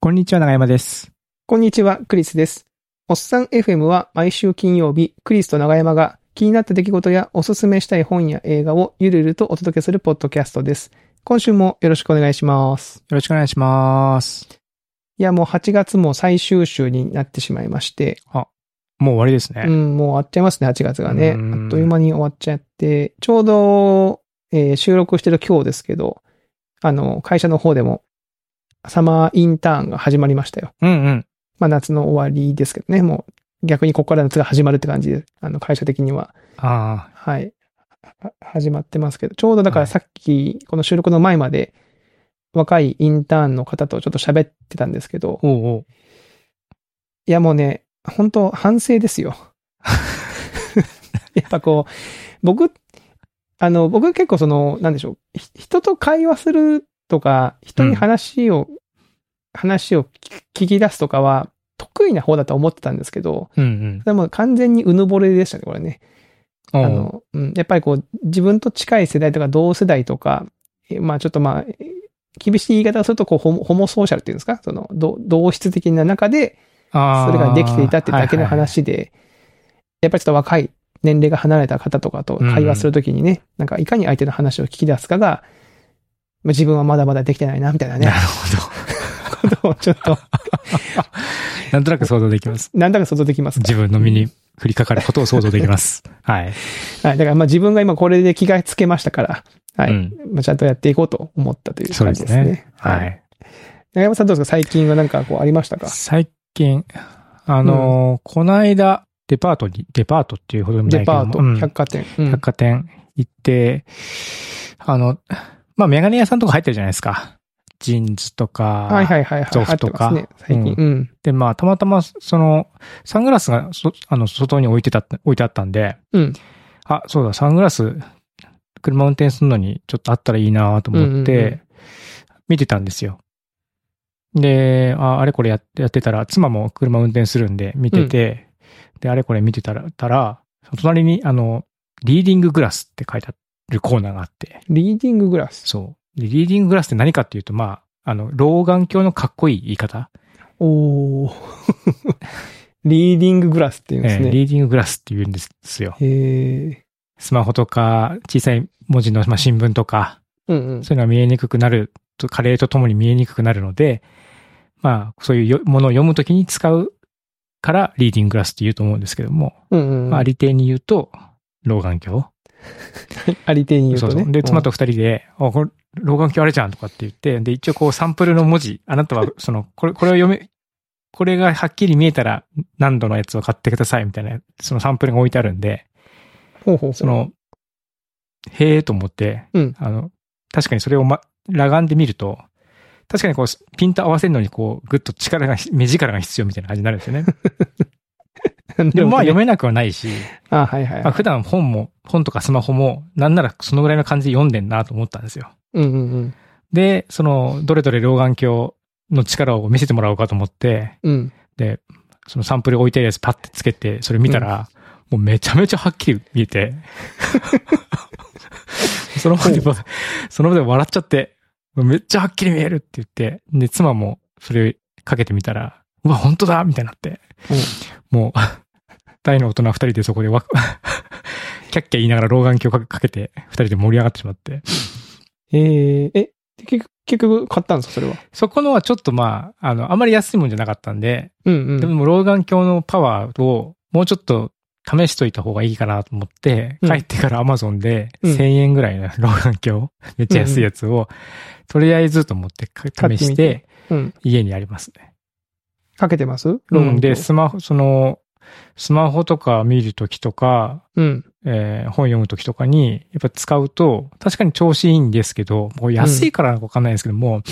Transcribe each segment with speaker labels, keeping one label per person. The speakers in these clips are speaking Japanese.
Speaker 1: こんにちは、長山です。
Speaker 2: こんにちは、クリスです。おっさん FM は毎週金曜日、クリスと長山が気になった出来事やおすすめしたい本や映画をゆるゆるとお届けするポッドキャストです。今週もよろしくお願いします。
Speaker 1: よろしくお願いします。
Speaker 2: いや、もう8月も最終週になってしまいまして、
Speaker 1: もう終わりですね。
Speaker 2: うん、もう終わっちゃいますね、8月がね。
Speaker 1: うん
Speaker 2: あっという間に終わっちゃって、ちょうど、えー収録してる今日ですけど、あの、会社の方でも、サマーインターンが始まりましたよ。
Speaker 1: うんうん。
Speaker 2: まあ夏の終わりですけどね、もう逆にここから夏が始まるって感じで、あの会社的には、
Speaker 1: あ
Speaker 2: はい、は始まってますけど、ちょうどだか
Speaker 1: は
Speaker 2: ら
Speaker 1: い
Speaker 2: さっき、この収録の前まで、若いインターンの方とちょっと喋ってたんですけど
Speaker 1: あ、、おうおう。
Speaker 2: いやもうね、本当反省ですよ。 やっぱこう、僕、あの、僕結構その、なんでしょう、ひ人と会話するとか、人に話を、話を聞き出すとかは、得意な方だと思ってたんですけど、
Speaker 1: うん
Speaker 2: でも完全にうぬぼれでしたね、これね。
Speaker 1: うん。
Speaker 2: あ
Speaker 1: おう
Speaker 2: の、うん、やっぱりこう、自分と近い世代とか同世代とか、えまあちょっとまあ、え厳しい言い方をすると、こうホモ、ホモソーシャルっていうんですかその、同同質的な中で、
Speaker 1: あ
Speaker 2: そ
Speaker 1: ー
Speaker 2: れができていたってだけの
Speaker 1: はいはい
Speaker 2: 話で、やっぱりちょっと若い、年齢が離れた方とかと会話するときにね、なんかいかに相手の話を聞き出すかが、まあ自分はまだまだできてないな、みたいな
Speaker 1: な
Speaker 2: ね
Speaker 1: る、ほ
Speaker 2: ことをちょっと、
Speaker 1: ど。なんとなく想像できます。
Speaker 2: なんだか想像できますか
Speaker 1: 自分の身に降りかかることを想像でき ます。はい。
Speaker 2: はい。だからまあ自分が今これで気がつけましたから、はい。
Speaker 1: うん
Speaker 2: まあちゃんとやっていこうと思ったという
Speaker 1: そう
Speaker 2: 感
Speaker 1: で
Speaker 2: じ
Speaker 1: す
Speaker 2: ですね。
Speaker 1: ね。はい。
Speaker 2: 長山さんどうですか最近はなんかこうありましたか
Speaker 1: 最近、あのー、この間、デパートに、デパートっていうほどでもない
Speaker 2: デ
Speaker 1: けど
Speaker 2: パ
Speaker 1: も
Speaker 2: ート、
Speaker 1: うん
Speaker 2: 百貨店。うん
Speaker 1: 百貨店行って、あの、まあ、メガネ屋さんとか入ってるじゃないですか。ジーンズとか。
Speaker 2: はいはいはいはい。
Speaker 1: ゾフとか
Speaker 2: あってますね、最近。うん。
Speaker 1: で、まあ、たまたま、その、サングラスが、そあの、外に置いてた、置いてあったんで、
Speaker 2: うん。
Speaker 1: あ、そうだ、サングラス、車運転するのにちょっとあったらいいなと思っ
Speaker 2: うんうんうん
Speaker 1: て、見てたんですよ。で、ああれこれやってやってたら、妻も車運転するんで見てて、で、あれこれ見てたら、たら隣に、あの、リーディンググラスって書いてあるコーナーがあって、
Speaker 2: リーディンググラス。
Speaker 1: そう。でリーディンググラスって何かっていうと、まあ、あの、老眼鏡のかっこいい言い方。
Speaker 2: おー。 リーディンググラスっていうんです
Speaker 1: えー
Speaker 2: ね。
Speaker 1: リーディンググラスって言うんですよ。
Speaker 2: へー。
Speaker 1: スマホとか、小さい文字の、まあ、新聞とか、
Speaker 2: うんうん。
Speaker 1: そういうのが見えにくくなると、加齢とともに見えにくくなるので、まあ、そういうよものを読むときに使うから、リーディンググラスって言うと思うんですけども、
Speaker 2: うんうんうん。
Speaker 1: まあ、ありていに言うと、老眼鏡。
Speaker 2: あり手に言う
Speaker 1: そ
Speaker 2: と
Speaker 1: う
Speaker 2: ね。
Speaker 1: そう。で、妻
Speaker 2: と。
Speaker 1: と二人で、あ、これ、老眼鏡あれじゃんとかって言って、で、一応こうサンプルの文字、あなたは、その、これ、これを読め、これがはっきり見えたら何度のやつを買ってくださいみたいな、そのサンプルが置いてあるんで、
Speaker 2: ほうほうほう
Speaker 1: そ、 の、へえと思って、
Speaker 2: うん
Speaker 1: あの、確かにそれを、ま、裸眼で見ると、確かにこう、ピント合わせるのにこう、ぐっと力が、目力が必要みたいな感じになるんですよ ね。でもまあ読
Speaker 2: め。
Speaker 1: めなくはないし、
Speaker 2: あ、はいは
Speaker 1: ま
Speaker 2: いは
Speaker 1: あ
Speaker 2: い。
Speaker 1: 普段本も、本とかスマホも、なんならそのぐらいの感じで読んでんなと思ったんですよ。
Speaker 2: うんうんうん。
Speaker 1: で、その、どれどれ老眼鏡の力を見せてもらおうかと思って、
Speaker 2: うん。
Speaker 1: で、そのサンプル置いてるやつパッてつけて、それ見たら、もうめちゃめちゃはっきり見えて、 その場で、その場で笑っちゃって、めっちゃはっきり見えるって言って、で、妻もそれかけてみたら、うわ、本当だみたいになって、もう、 大の大人二人でそこでわ、 キャッキャ言いながら老眼鏡かけかけて、二人で盛り上がってしまって、
Speaker 2: えー、え、で結局結局買ったんですかそれは。
Speaker 1: そこのはちょっとまあ、あの、あまり安いもんじゃなかったんで、
Speaker 2: うんうん。
Speaker 1: でも老眼鏡のパワーをもうちょっと試しといた方がいいかなと思って、
Speaker 2: うん
Speaker 1: 帰ってから Amazon で
Speaker 2: うん
Speaker 1: 1000円ぐらいの 老眼鏡、めっちゃ安いやつを、とりあえずと思ってか
Speaker 2: 買
Speaker 1: 試
Speaker 2: って
Speaker 1: して
Speaker 2: みて、うん。
Speaker 1: 家にありますね。
Speaker 2: かけてます
Speaker 1: う
Speaker 2: ローン
Speaker 1: ん、で、スマホ、その、スマホとか見るときとか、
Speaker 2: うん。
Speaker 1: えー本読むときとかに、やっぱ使うと、確かに調子いいんですけど、もう安いからなのかわかんないですけども、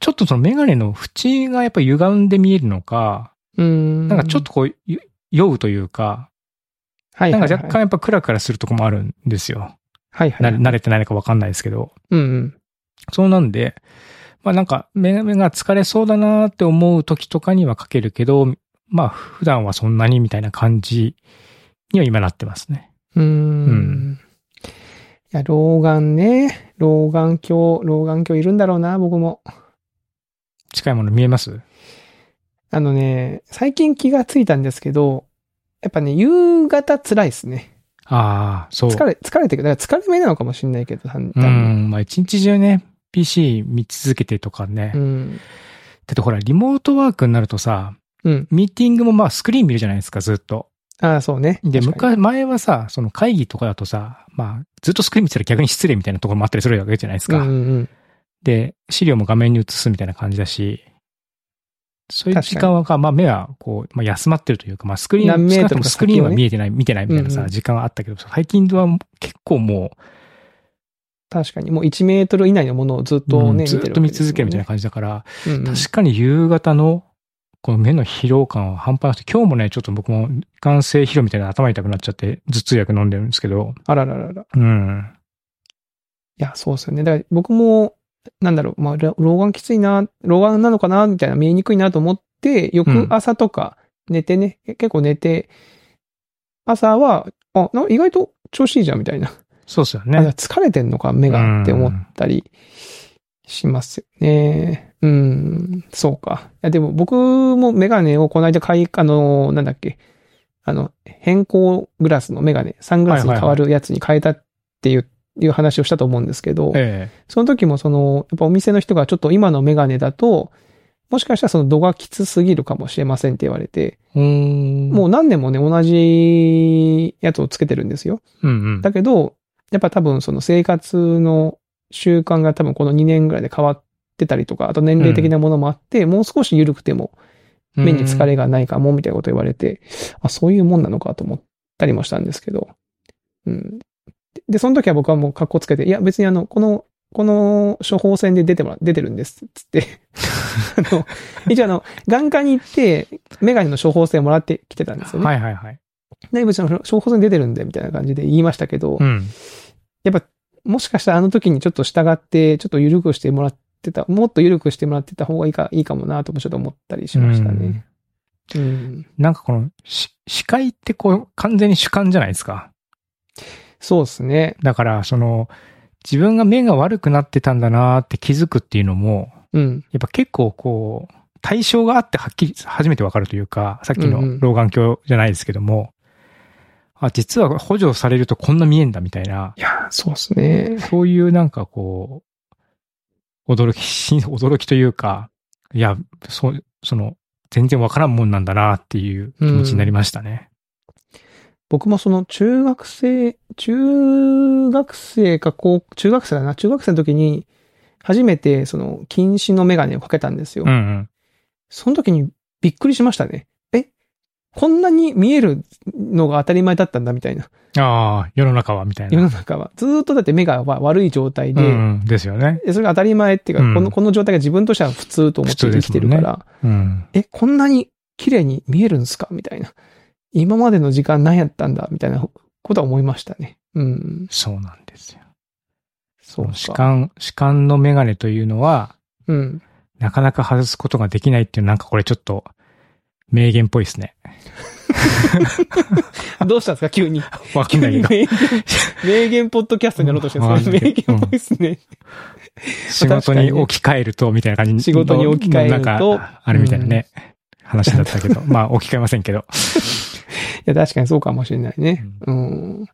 Speaker 1: ちょっとそのメガネの縁がやっぱ歪んで見えるのか、
Speaker 2: うん。
Speaker 1: なんかちょっとこう、よ酔うというか、
Speaker 2: はい
Speaker 1: な
Speaker 2: は
Speaker 1: ん
Speaker 2: い
Speaker 1: か
Speaker 2: はい、
Speaker 1: 若干やっぱクラクラするとこもあるんですよ。
Speaker 2: はいはい
Speaker 1: な慣れてないのかわかんないですけど。
Speaker 2: うんうん。
Speaker 1: そうなんで、まあなんか目目が疲れそうだなって思う時とかにはかけるけど、まあ普段はそんなにみたいな感じには今なってますね。
Speaker 2: うー。
Speaker 1: うん
Speaker 2: いや、老眼ね。老眼鏡、老眼鏡いるんだろうな、僕も。
Speaker 1: 近いもの見えます
Speaker 2: あのね、最近気がついたんですけど、やっぱね、夕方辛いですね。
Speaker 1: ああ、そう。
Speaker 2: 疲れ、疲れてる。だから疲れ目なのかもしれないけど、単
Speaker 1: う
Speaker 2: 単
Speaker 1: ん、まあ一日中ね、PC 見続けてとかね。
Speaker 2: に。う
Speaker 1: だ
Speaker 2: ん。
Speaker 1: ってほら、リモートワークになるとさ、
Speaker 2: うん。
Speaker 1: ミーティングもまあスクリーン見るじゃないですか、ずっと。
Speaker 2: ああ、そうね。
Speaker 1: で、
Speaker 2: 確か
Speaker 1: 昔、
Speaker 2: に
Speaker 1: 前はさ、その会議とかだとさ、まあ、ずっとスクリーン見てたら逆に失礼みたいなところもあったりするわけじゃないですか。
Speaker 2: うんうんうん。
Speaker 1: で、資料も画面に映すみたいな感じだし、そういう時間は、まあ目はこう、まあ休まってるというか、まあスクリーン、
Speaker 2: 何メート
Speaker 1: 少なく
Speaker 2: ルか
Speaker 1: ともスクリーンは
Speaker 2: 先をね
Speaker 1: 見えてない、見てないみたいなさ、
Speaker 2: うんうん
Speaker 1: 時間はあったけど、最近は結構も
Speaker 2: 確かに。もう1メートル以内のものをずっ
Speaker 1: う、う
Speaker 2: と
Speaker 1: ん
Speaker 2: ね、
Speaker 1: ずっと見続けるみたいな
Speaker 2: な。
Speaker 1: 感じだから、
Speaker 2: うんうん
Speaker 1: 確かに夕方の、この目の疲労感は半端なくて、今日もね、ちょっと僕も眼性疲労みたいな頭痛くなっちゃって、頭痛薬飲んでるんですけど、
Speaker 2: あらららら。い
Speaker 1: うん。
Speaker 2: や、そうですよね。だから僕も、なんだろう、まあ、老老眼きついな、老眼なのかな、みたいな、見えにくいなと思って、翌朝とか寝てね、結構寝て、朝は、あ、な意外と調子いいじゃん、みたいな。
Speaker 1: そうですよ
Speaker 2: あじゃ
Speaker 1: ね
Speaker 2: あ。疲れてんのか、目
Speaker 1: うん
Speaker 2: がって思ったりしますよね。うん、そうか。いや、でも僕もメガネをこの間買い、あの、なんだっけ、あの、変更グラスのメガネ、サングラスに変わるやつに変えたっていう、いう話をしたと思うんですけど、
Speaker 1: ええ。
Speaker 2: その時もその、やっぱお店の人がちょっと今のメガネだと、もしかしたらその度がきつすぎるかもしれませんって言われて、
Speaker 1: うん。
Speaker 2: もう何年もね、同じやつをつけてるんですよ。
Speaker 1: うんうん。
Speaker 2: だけど、やっぱ多分その生活の習慣が多分この2年ぐらいで変わってたりとか、あと年齢的なものもあって、もう少し緩くても目に疲れがないかもみたいなこと言われて、あ、そういうもんなのかと思ったりもしたんですけど。うん。で、その時は僕はもう格好つけて、いや別にあの、この、この処方箋で出てもら、出てるんです、つって。あの、一応あの、眼科に行って、メガネの処方箋もらってきてたんですよね。
Speaker 1: はいはいはい。
Speaker 2: で別にあの処方箋出てるんで、みたいな感じで言いましたけど、
Speaker 1: うん。
Speaker 2: やっぱ、もしかしたらあの時にちょっと従って、ちょっと緩くしてもらってた、もっと緩くしてもらってた方がいいか、いいかもなともちょっと思ったりしましたね。うん。
Speaker 1: なんかこの、し視界ってこう、完全に主観じゃないですか。
Speaker 2: そうですね。
Speaker 1: だから、その、自分が目が悪くなってたんだなーって気づくっていうのも、
Speaker 2: うん。
Speaker 1: やっぱ結構こう、対象があってはっきり、初めてわかるというか、さっき
Speaker 2: うんう
Speaker 1: の
Speaker 2: ん
Speaker 1: 老眼鏡じゃないですけども、あ、実は補助されるとこんな見えんだみたいな、
Speaker 2: いや、そうですね。
Speaker 1: そういうなんかこう、驚きし、 驚きというか、いや、そう、その、全然わからんもんなんだなっていう気持ちになりましたね。
Speaker 2: 僕もその中学生、中学生か高、中学生だな、中学生の時に、初めてその近視のメガネをかけたんですよ。
Speaker 1: うんうん。
Speaker 2: その時にびっくりしましたね。えこんなに見えるのが当たり前だったんだみたいな。
Speaker 1: ああ、世の中はみたい
Speaker 2: 世の
Speaker 1: な。
Speaker 2: 中は。ずーっとだって目が悪い状態
Speaker 1: う
Speaker 2: で、
Speaker 1: んうん、ですよね。
Speaker 2: えそれが当たり前っていうか、
Speaker 1: うん
Speaker 2: この、この状態が自分としては普通と思って
Speaker 1: 普通
Speaker 2: 生
Speaker 1: です
Speaker 2: きてるから、
Speaker 1: うん。
Speaker 2: え、こんなに綺麗に見えるんすかみたいな。今までの時間何やったんだみたいなことは思いましたね。うん。
Speaker 1: そうなんですよ。
Speaker 2: そうか。
Speaker 1: 主観、主観のメガネというのは、
Speaker 2: うん。
Speaker 1: なかなか外すことができないっていう、なんかこれちょっと、名言っぽいですね。
Speaker 2: どうしたんですか急に。
Speaker 1: わか
Speaker 2: 急
Speaker 1: んない
Speaker 2: に
Speaker 1: けど。
Speaker 2: 名言、名言ポッドキャストになろうとしてるんですか
Speaker 1: うん
Speaker 2: 名言っぽいですね。
Speaker 1: 仕事に置き換えると、みたいな感じ
Speaker 2: 仕事に置き換えると
Speaker 1: なんか、あれみたいなね、話だったけ ど、まあ置き換えませんけど。
Speaker 2: いや、確かにそうかもしれないね。うん。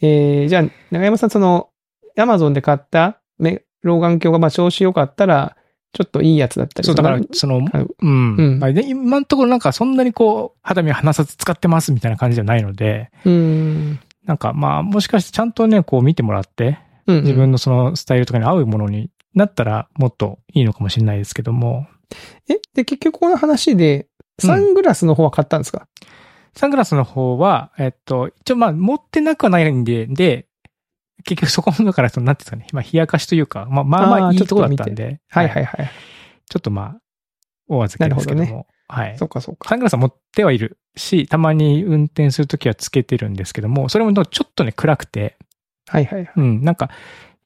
Speaker 2: えー、じゃあ、長山さん、その、アマゾンで買った、め老眼鏡が、まあ、調子良かったら、ちょっといいやつだったり
Speaker 1: そう、だから、その、
Speaker 2: あの
Speaker 1: うん。
Speaker 2: うん
Speaker 1: まあで今のところなんかそんなにこう、肌身離さず使ってますみたいな感じじゃないので、
Speaker 2: うん。
Speaker 1: なんかまあもしかしてちゃんとね、こう見てもらって、
Speaker 2: うんうん
Speaker 1: 自分のそのスタイルとかに合うものになったらもっといいのかもしれないですけども、
Speaker 2: え、で、結局この話で、サングラスの方は買ったんですか、
Speaker 1: サングラスの方は、えっと、一応まあ持ってなくはないんで、で、結局そこもだから、その、なんていうんですかね、まあ冷やかしというか、まあまあま
Speaker 2: あ
Speaker 1: あ
Speaker 2: ー
Speaker 1: いい
Speaker 2: ちょっ
Speaker 1: と
Speaker 2: と
Speaker 1: こだったんで、。
Speaker 2: はいはいいはい。
Speaker 1: ちょっとまあ、お預けですけど
Speaker 2: な
Speaker 1: も。
Speaker 2: るほ
Speaker 1: はい。
Speaker 2: そっかそっか。
Speaker 1: サングラスは持ってはいるし、たまに運転するときはつけてるんですけども、それもちょっとね、暗くて、
Speaker 2: はいはいはい。
Speaker 1: うん、なんか、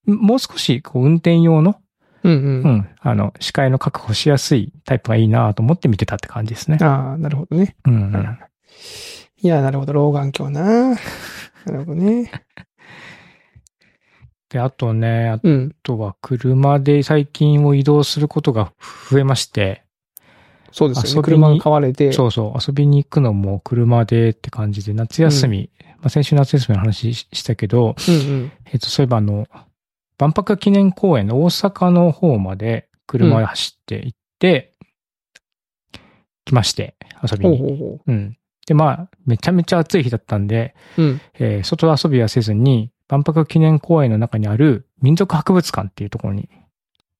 Speaker 1: もう少し、こう、運転用の、
Speaker 2: うん
Speaker 1: う
Speaker 2: うん。
Speaker 1: ん、あの、視界の確保しやすいタイプがいいなと思って見てたって感じですね。
Speaker 2: ああ、なるほどね。
Speaker 1: うん、う
Speaker 2: はい
Speaker 1: ん。
Speaker 2: いや、なるほど。老眼鏡な。なるほどね。
Speaker 1: で、あとね、あ
Speaker 2: うん。
Speaker 1: とは車で最近を移動することが増えまして、
Speaker 2: そうです
Speaker 1: 遊び
Speaker 2: よね。
Speaker 1: に
Speaker 2: 車が買われて。
Speaker 1: そうそう、遊びに行くのも車でって感じで、夏休み、まあ、先週夏休みの話ししたけど、
Speaker 2: うん
Speaker 1: えっと、そういえばあの、万博記念公園の大阪の方まで車で走って行って、来まして、遊
Speaker 2: う
Speaker 1: び
Speaker 2: ん。ほう
Speaker 1: に。
Speaker 2: ほうほ
Speaker 1: うん。で、まあ、めちゃめちゃ暑い日だったんで、
Speaker 2: う。うん。
Speaker 1: えー外遊びはせずに、万博記念公園の中にある民族博物館っていうところに、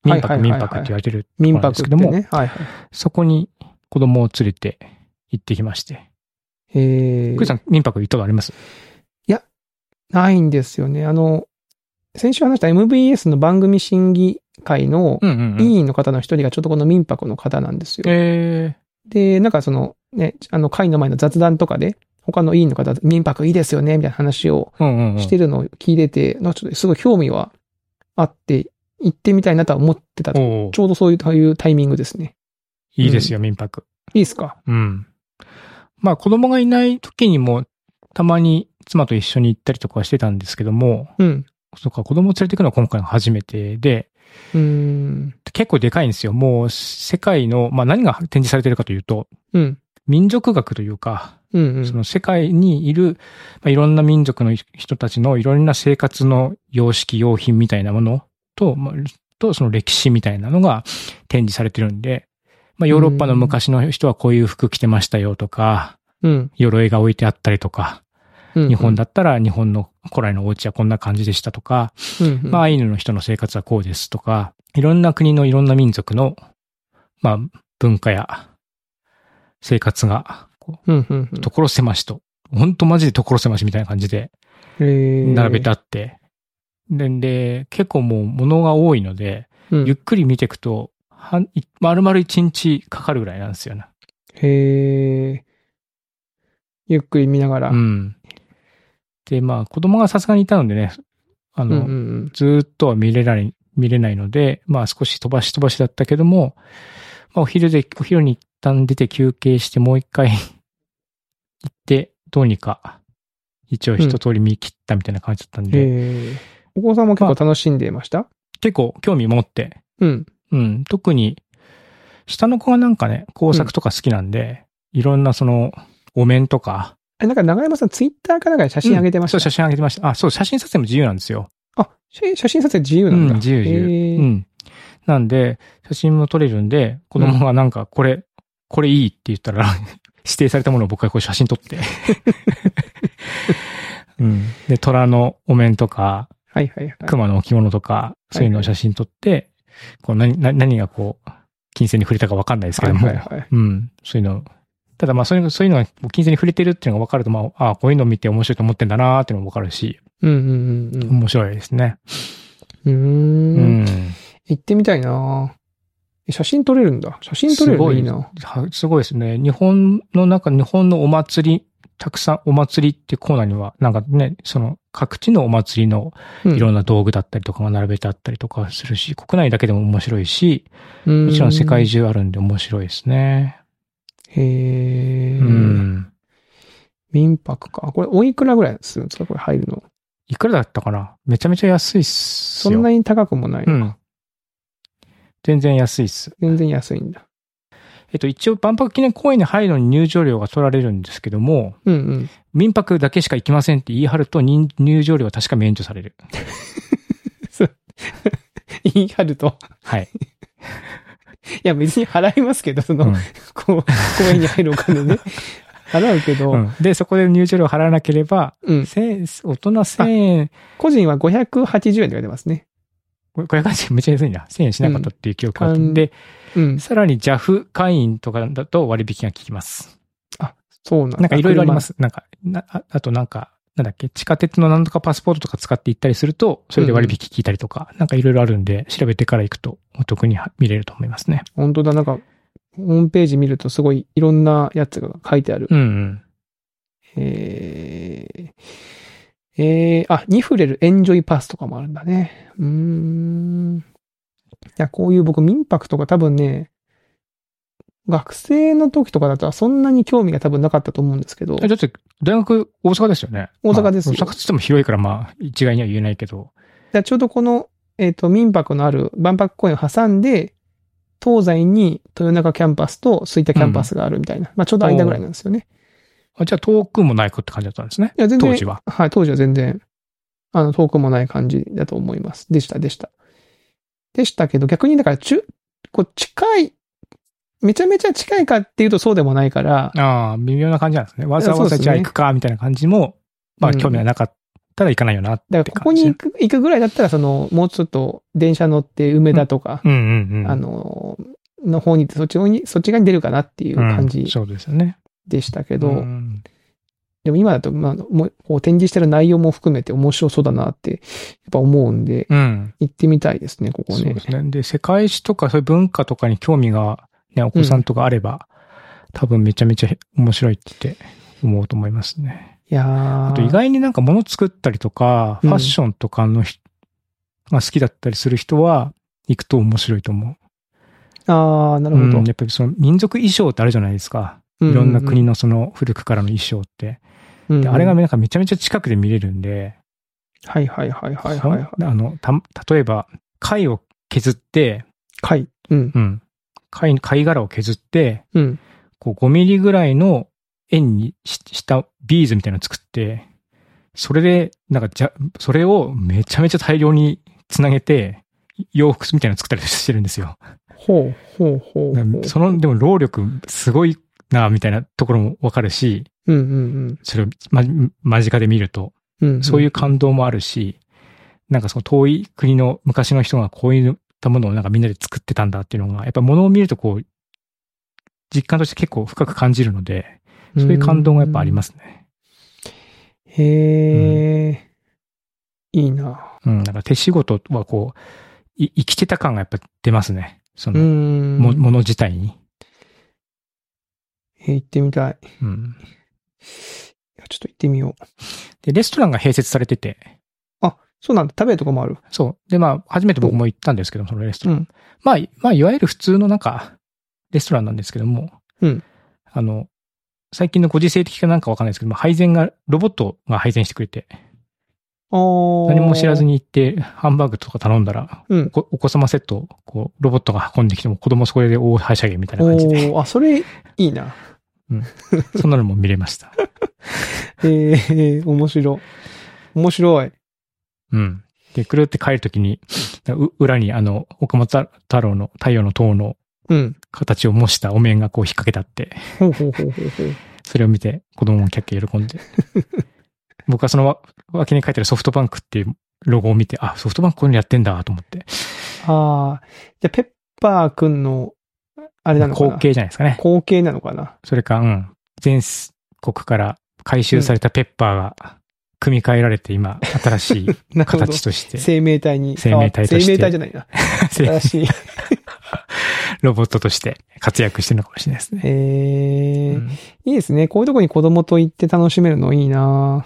Speaker 1: 民
Speaker 2: は
Speaker 1: 泊
Speaker 2: いはい
Speaker 1: 民
Speaker 2: はいはい
Speaker 1: 泊って言われてる、
Speaker 2: 民泊って
Speaker 1: そうなんで
Speaker 2: ね。はいはい。
Speaker 1: そこに子供を連れて行ってきまして。
Speaker 2: えー
Speaker 1: クイさん、民泊行ったことあります
Speaker 2: ないんですよね。あの、先週話した MBS の番組審議会の
Speaker 1: うんうん、
Speaker 2: 委
Speaker 1: い。
Speaker 2: 員の方の一人がちょっとこの民泊の方なんですよ。
Speaker 1: え
Speaker 2: で、なんかそのね、あの会の前の雑談とかで、他の委員の方、民泊いいですよね、みたいな話を
Speaker 1: ー、うんうん、うん。
Speaker 2: してるのを聞いてて、なんかちょっとすごい興味はあって、行ってみたいなとは思ってた。ち
Speaker 1: おー
Speaker 2: ょうどそういうそういうタイミングですね。
Speaker 1: いいですよ、民泊。
Speaker 2: いいですか
Speaker 1: うん。まあ、子供がいない時にも、たまに妻と一緒に行ったりとかはしてたんですけども、
Speaker 2: うん。
Speaker 1: そうか、子供を連れて行くのは今回が初めてで、
Speaker 2: うーん。
Speaker 1: 結構でかいんですよ。もう世界の、まあ何が展示されてるかというと、
Speaker 2: うん。
Speaker 1: 民族学というか、
Speaker 2: うん、う
Speaker 1: そ
Speaker 2: ん。
Speaker 1: の世界にいる、まあ、いろんな民族の人たちのいろんな生活の様式、用品みたいなものと、まあ、とその歴史みたいなのが展示されてるんで、まあヨーロッパの昔の人はこういう服着てましたよとか、
Speaker 2: うん。
Speaker 1: 鎧が置いてあったりとか、
Speaker 2: うん
Speaker 1: 日本。だったら日本の古来のお家はこんな感じでしたとか、
Speaker 2: うん。
Speaker 1: まあ、
Speaker 2: あ、
Speaker 1: アイヌの人の生活はこうですとか、いろんな国のいろんな民族の、まあ、文化や生活が、こ
Speaker 2: うん。うん。
Speaker 1: う所狭しと、ほんとマジで所狭しみたいな感じで並
Speaker 2: 並
Speaker 1: べてあって、で、で、結構もう物が多いので、
Speaker 2: うん
Speaker 1: ゆっくり見ていくと、はん、い丸々一日かかるぐらいなんですよね。
Speaker 2: へえ。ゆっくり見ながら。
Speaker 1: うん。で、まあ、子供がさすがにいたのでね、あ
Speaker 2: うん
Speaker 1: の、
Speaker 2: うん
Speaker 1: ずーっとは見れない、見れないので、まあ少し飛ばし飛ばしだったけども、まあお昼で、お昼に一旦出て休憩してもう一回 行って、どうにか、一応一通り見切ったみたいな感じだったん
Speaker 2: うん。
Speaker 1: で、
Speaker 2: へえ。お子さんも結構楽しんでました
Speaker 1: 結構興味持って、
Speaker 2: うん。
Speaker 1: うん、特に、下の子がなんかね、工作とか好きなんで、いろんなその、お面とか、
Speaker 2: え、なんか長山さん、ツイッターかなんかで写真上げてまし
Speaker 1: そ
Speaker 2: た、
Speaker 1: う、写真あげてました。あ、そう、写真撮影も自由なんですよ。
Speaker 2: あ、写写真撮影自由なんだ。
Speaker 1: うん、自由自
Speaker 2: へ
Speaker 1: 由。
Speaker 2: え
Speaker 1: うん。なんで、写真も撮れるんで、子供がなんか、これ、これいいって言ったら、 指定されたものを僕がこう写真撮 って。うん。で、虎のお面とか、
Speaker 2: はいはいはい。
Speaker 1: 熊の置物とか、そういうのを写真撮って、こう何、何何がこう、金銭に触れたかわかんないですけども、
Speaker 2: はいはいはい。
Speaker 1: うん。そういうの。ただまあそういうの、そういうのがこう金銭に触れてるっていうのが分かると、まあ、ああこういうのを見て面白いと思ってんだなーっていうのも分かるし、
Speaker 2: うんうんうん
Speaker 1: 面白いですね。
Speaker 2: うん。う
Speaker 1: う
Speaker 2: ーん。
Speaker 1: ん
Speaker 2: 行ってみたいなえ写真撮れるんだ。写真撮れる
Speaker 1: す
Speaker 2: の
Speaker 1: ごい
Speaker 2: いいな。
Speaker 1: はすごいですね。日本の中、日本のお祭り、たくさんお祭りってコーナーには、なんかね、その各地のお祭りの
Speaker 2: うん
Speaker 1: いろんな道具だったりとかが並べてあったりとかするし、国内だけでも面白いし、も
Speaker 2: も
Speaker 1: ちろん世界。中あるんで面白いですね。
Speaker 2: へえ、
Speaker 1: うん。
Speaker 2: 民泊か。これ、おいくらぐらいするんですかこれ入るの。
Speaker 1: いくらだったかなめちゃめちゃ安いっす
Speaker 2: そ
Speaker 1: よ。
Speaker 2: んなに高くもない。
Speaker 1: うん。全然安いっす。
Speaker 2: 全然安いんだ。
Speaker 1: えっと、一応万博記念公園に入るのに入場料が取られるんですけども、
Speaker 2: うんうん。
Speaker 1: 民泊だけしか行きませんって言い張ると入入場料は確か免除される。
Speaker 2: 言い張ると。
Speaker 1: はい。
Speaker 2: いや、別に払いますけど、その、こう、公園に入るお金 ね。払うけど、
Speaker 1: うんで、そこで入場料を払わなければ、
Speaker 2: うん。
Speaker 1: 千大人1000円、
Speaker 2: 個人は580円で書いてますね。
Speaker 1: 580円めっちゃ安いな。1000円しなかったっていう記憶があって、
Speaker 2: うん
Speaker 1: で、
Speaker 2: うん。
Speaker 1: さらに JAF 会員とかだと割引が効きます。
Speaker 2: そうなんだ。
Speaker 1: なんかいろいろあります。なんか、なああとなんか、なんだっけ、地下鉄のなんとかパスポートとか使って行ったりすると、それで割引効いたりとか、なんかいろいろあるんで、調べてから行くとお得には見れると思いますね。
Speaker 2: 車。本当だ、なんか、ホームページ見るとすごいいろんなやつが書いてある。
Speaker 1: うんうん。
Speaker 2: えー、えー、あ、ニフレルエンジョイパスとかもあるんだね。うーん。いや、こういう僕民泊とか多分ね、学生の時とかだとそんなに興味が多分なかったと思うんですけど。
Speaker 1: えだって、大学大阪ですよね。
Speaker 2: 大阪です
Speaker 1: ま
Speaker 2: よ
Speaker 1: あ大阪って言っても広いからまあ、一概には言えないけど、
Speaker 2: らちょうどこの、えっ、と、民泊のある万博公園を挟んで、東西に豊中キャンパスと吹田キャンパスがあるみたいな。まあちょうど間ぐらいなんですよね。
Speaker 1: あじゃあ遠くもないかって感じだったんですね。
Speaker 2: いや、全然。
Speaker 1: 当時は。
Speaker 2: はい、当時は全然、あの、遠くもない感じだと思います。でした、でした。でしたけど、逆にだから、中、こう、近い、めちゃめちゃ近いかっていうとそうでもないから、
Speaker 1: ああ、微妙な感じなんですね。わざわ
Speaker 2: そう
Speaker 1: ざ
Speaker 2: ですね
Speaker 1: じゃあ行くか、みたいな感じも、まあ
Speaker 2: うん
Speaker 1: 興味がなかったら行かないよなって
Speaker 2: だ
Speaker 1: 感
Speaker 2: か
Speaker 1: じ。
Speaker 2: らここに行く、行くぐらいだったら、その、もうちょっと電車乗って梅田とか、
Speaker 1: うんうんうん。
Speaker 2: あの、の方に行って、そっちの方に、そっち側に出るかなっていう
Speaker 1: うん、
Speaker 2: 感じ
Speaker 1: そうですよね。
Speaker 2: でしたけど、
Speaker 1: うん
Speaker 2: でも今だと、まあ、もう、こう展示してる内容も含めて面白そうだなって、やっぱ思うんで、
Speaker 1: うん。
Speaker 2: 行ってみたいですね、ここね。
Speaker 1: そうですね。で、世界史とかそういう文化とかに興味がね、お子さんとかあれば、多分めちゃめちゃ面白いって思うと思いますね。
Speaker 2: いやー
Speaker 1: あと意外になんか物作ったりとか、
Speaker 2: うん
Speaker 1: ファッションとかのひ、が好きだったりする人は、行くと面白いと思
Speaker 2: ああ、な
Speaker 1: う。
Speaker 2: るほど。
Speaker 1: うんやっぱりその民族衣装ってあるじゃないですか。
Speaker 2: う
Speaker 1: いろんな国
Speaker 2: の、
Speaker 1: のその古くからの衣装って。
Speaker 2: うんうん
Speaker 1: であれが、なんかめちゃめちゃ近くで見れるんで、
Speaker 2: はいはいはいはいはい、はい。
Speaker 1: あの、た、例えば、貝を削って、
Speaker 2: 貝。うん。
Speaker 1: うん。貝、貝殻を削って、
Speaker 2: うん。
Speaker 1: こう5ミリぐらいの円にししたビーズみたいなの作って、それで、なんかじゃ、それをめちゃめちゃ大量につなげて、洋服みたいなの作ったりしてるんですよ。
Speaker 2: ほうほうほうほ
Speaker 1: だか
Speaker 2: う。
Speaker 1: らその、でも労力すごいな、みたいなところもわかるし、
Speaker 2: うんうん
Speaker 1: それをま、間近で見ると、
Speaker 2: うん。うん。
Speaker 1: そういう感動もあるし、なんかその遠い国の昔の人がこういったものをなんかみんなで作ってたんだっていうのが、やっぱ物を見るとこう、実感として結構深く感じるので、そういう感動がやっぱありますすね。
Speaker 2: へえ、いいな。
Speaker 1: うん。だから手仕事はこう、い生きてた感がやっぱ出ますね。そうの、
Speaker 2: ん。
Speaker 1: ももの自体に。
Speaker 2: えー行ってみたい。い
Speaker 1: うん。
Speaker 2: やちょっと行ってみよう。
Speaker 1: で、レストランが併設されてて、
Speaker 2: あ、そうなんだ。食べるとこもある。
Speaker 1: そう。で、まあ、初めて僕も行ったんですけど、そのレスト
Speaker 2: う
Speaker 1: ラン。
Speaker 2: ん。
Speaker 1: まあ、いまあ、いわゆる普通のなんか、レストランなんですけども、
Speaker 2: うん
Speaker 1: あの、最近のご時世的かなんかわかんないですけども、配膳が、ロボットが配膳してくれて、
Speaker 2: あー
Speaker 1: 何も知らず。に行って、ハンバーグとか頼んだら、
Speaker 2: うん
Speaker 1: お子お子様セットを、こう、ロボットが運んできても、子供そこで大はしゃぎみたいな
Speaker 2: お
Speaker 1: 感じで、
Speaker 2: ーあ、それ、いいな。
Speaker 1: そんなのも見れました。
Speaker 2: えー、面白い。面白い。
Speaker 1: うん。で、くるって帰るときに、う裏にあの、岡本太郎の太陽の塔の
Speaker 2: うん。
Speaker 1: 形を模したお面がこう引っ掛けてあって、
Speaker 2: ほうほうほうほうほう。
Speaker 1: それを見て子供もキャッキャ喜ん で。僕はそのわ脇に書いてあるソフトバンクっていうロゴを見て、あ、ソフトバンクこういうのやってんだと思って。
Speaker 2: ああ。じゃあ、ペッパーくんの、あれなのかな
Speaker 1: 後継じゃないですかね。
Speaker 2: 後継なのかな
Speaker 1: それか、うん。全国から回収されたペッパーが組み替えられて今、新しい
Speaker 2: なるほど
Speaker 1: 形と して、
Speaker 2: 生命体に。
Speaker 1: 生命体として
Speaker 2: あ生命体じゃない な。新しい。
Speaker 1: ロボットとして活躍してるのかもしれないですね。
Speaker 2: へえ、
Speaker 1: うん
Speaker 2: いいですね。こういうとこに子供と行って楽しめるのいいな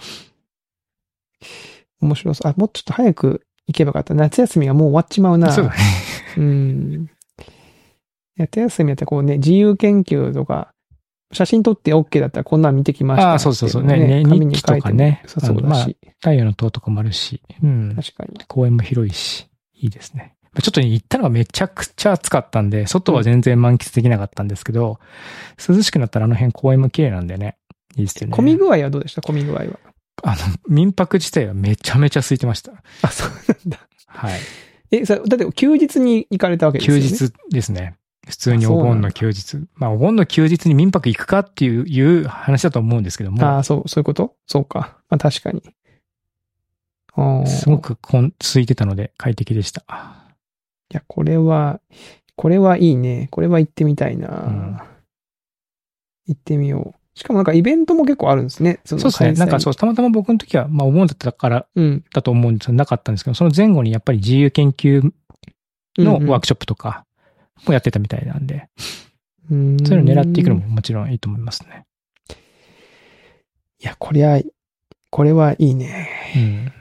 Speaker 2: 面白そう。あ、もうちょっと早く行けばよかった。夏休みがもう終わっちまうな。
Speaker 1: そうだね。
Speaker 2: うん。夏休みだったらこうね、自由研究とか、写真撮って OK だったらこんなん見てきました
Speaker 1: あーそうそうそう
Speaker 2: っていのを
Speaker 1: ねね
Speaker 2: 紙に
Speaker 1: 日記とかね
Speaker 2: 書いても良さそうだし。
Speaker 1: 太陽の塔とかもあるし、うん。
Speaker 2: 確かに。
Speaker 1: 公園も広いし、いいですね。まあちょっと行ったのがめちゃくちゃ暑かったんで、外は全然満喫できなかったんですけど、涼しくなったらあの辺公園も綺麗なんでね。いいですよね。
Speaker 2: 混み具合はどうでした混み具合は。
Speaker 1: あの、民泊自体はめちゃめちゃ空いてました。
Speaker 2: あ、そうなんだ。
Speaker 1: はい。
Speaker 2: え、それだって休日に行かれたわけですよ
Speaker 1: 休
Speaker 2: ね。
Speaker 1: 日ですね。普通に
Speaker 2: あそ
Speaker 1: お
Speaker 2: うなんだ
Speaker 1: 盆の休日。まあ、お盆の休日に民泊行くかっていういう話だと思うんですけど
Speaker 2: あ
Speaker 1: も、
Speaker 2: あ、そう、そういうことそうか。まあ確かに。ああ。
Speaker 1: すご
Speaker 2: い
Speaker 1: くこん空いてたので快適でした。
Speaker 2: や、これは、これはいいね。これは行ってみたいな。
Speaker 1: ん
Speaker 2: 行ってみよう。しかもなんかイベントも結構あるんですね。そ
Speaker 1: そう
Speaker 2: の
Speaker 1: ですね。
Speaker 2: 開催
Speaker 1: なんかそう、たまたま僕の時は、まあ、お盆だったから
Speaker 2: うん。
Speaker 1: だと思うんですよ。なかったんですけど、その前後にやっぱり自由研究の
Speaker 2: うんうん
Speaker 1: ワークショップとかもやってたみたいなんで、
Speaker 2: うん
Speaker 1: そういうのを狙っていくのももちろんいいと思いますね。
Speaker 2: いや、こりゃ、これはいいね。
Speaker 1: うん。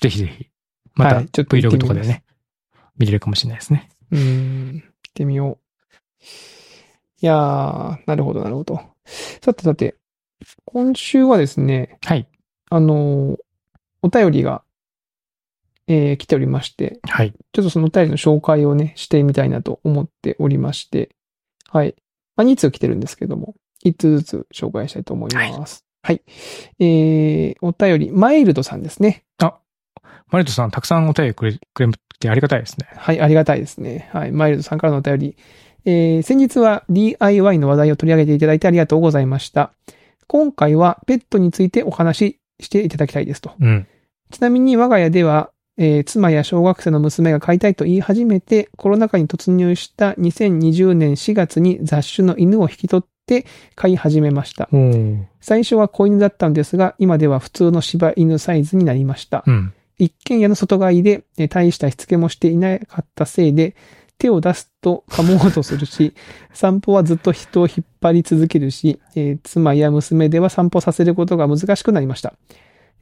Speaker 1: ぜひぜひ。また
Speaker 2: はいちょっと
Speaker 1: Vlog
Speaker 2: 行ってみます
Speaker 1: とかでね、見れるかもしれないですね。
Speaker 2: うん。行ってみよう。いやー、なるほど、なるほど。さてさて、今週はですね、
Speaker 1: はい。
Speaker 2: あのーお便りがえー来ておりまして、
Speaker 1: はい。
Speaker 2: ちょっとそのお便りの紹介をね、してみたいなと思っておりまして、はい。まあ、2通来てるんですけども、1通ずつ紹介したいと思います。はい。えー、お便り、マイルドさんですね。
Speaker 1: マリトさん、たくさんお便りくれ、くれてありがたいですね。
Speaker 2: はい、ありがたいですね。はい。マイルドさんからのお便り。えー、先日は DIY の話題を取り上げていただいてありがとうございました。今回はペットについてお話ししていただきたいですと。
Speaker 1: うん。
Speaker 2: ちなみに我が家では、えー妻や小学生の娘が飼いたいと言い始めて、コロナ禍に突入した2020年4月に雑種の犬を引き取って飼い始めました。
Speaker 1: うん。
Speaker 2: 最初は子犬だったんですが、今では普通の柴犬サイズになりました。
Speaker 1: うん。
Speaker 2: 一軒家の外飼いで、えー大したしつけもしていなかったせいで、手を出すと噛もうとするし、散歩はずっと人を引っ張り続けるし、えー妻や娘では散歩させることが難しくなりました。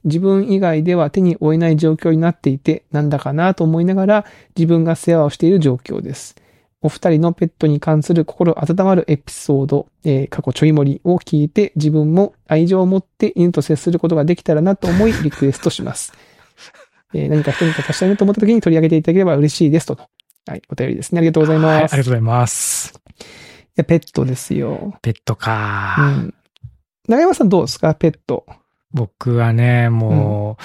Speaker 2: 自分以外では手に負えない状況になっていて、なんだかなと思いながら自分が世話をしている状況です。お二人のペットに関する心温まるエピソード、えー過去ちょい盛りを聞いて自分も愛情を持って犬と接することができたらなと思いリクエストします。 えー何か人に渡したいなと思った時に取り上げていただければ嬉しいですと。はい、お便りですね。ありがとうござい
Speaker 1: はいあ
Speaker 2: ま
Speaker 1: りが
Speaker 2: す。
Speaker 1: とう
Speaker 2: い
Speaker 1: ございます。
Speaker 2: や、ペットですよ。
Speaker 1: ペット
Speaker 2: う
Speaker 1: か。
Speaker 2: ん。長山さんどうですかペット。
Speaker 1: 僕はね、もう、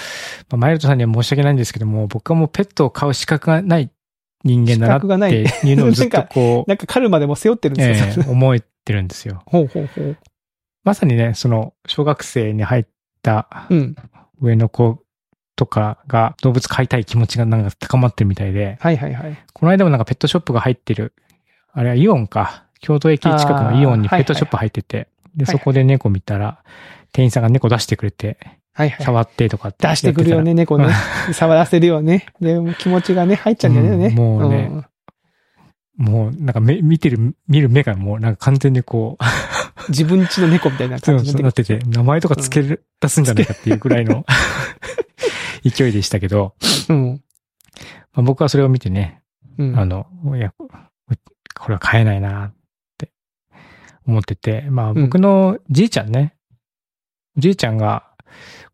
Speaker 1: まあマイルトさんには申し訳ないんですけども、僕はもうペットを飼う資格がない人間だな
Speaker 2: 資格がな
Speaker 1: っ
Speaker 2: い
Speaker 1: ていうのをずっとこう、
Speaker 2: なんかカルマでも背負ってるんですよ。
Speaker 1: ええ思えてるんですよ。
Speaker 2: ほうほうほう。
Speaker 1: まさにね、その、小学生に入った
Speaker 2: うん。
Speaker 1: 上の子とかが動物飼いたい気持ちがなんか高まってるみたいで、
Speaker 2: はいはいはい。
Speaker 1: この間もなんかペットショップが入ってる、あれはイオンか、京都駅近くのイオンに
Speaker 2: あー
Speaker 1: ペットショップ入ってて、で、
Speaker 2: はいはい
Speaker 1: そこで猫見たら、店員さんが猫出してくれて、
Speaker 2: はいはい。
Speaker 1: 触ってとかってや
Speaker 2: 出
Speaker 1: っ
Speaker 2: して
Speaker 1: た
Speaker 2: て
Speaker 1: ら
Speaker 2: くるよね、猫ね。 触らせるよね。で、もう気持ちがね、入っちゃうんだよね。
Speaker 1: うんもうね
Speaker 2: ん
Speaker 1: もうなんか目、見てる、見る目がもうなんか完全にこう、
Speaker 2: 自分家の猫みたいな
Speaker 1: そう
Speaker 2: 感じに
Speaker 1: な
Speaker 2: なっ
Speaker 1: ってて
Speaker 2: く
Speaker 1: て
Speaker 2: る、
Speaker 1: 名前とかつける、出すんじゃないかっていうくらいの 勢いでしたけど、
Speaker 2: うん。
Speaker 1: まあ、僕はそれを見てね、
Speaker 2: うん。
Speaker 1: あの、いや、これは買えないなって思ってて、まあ
Speaker 2: ん
Speaker 1: 僕のじいちゃんね、じいちゃんが、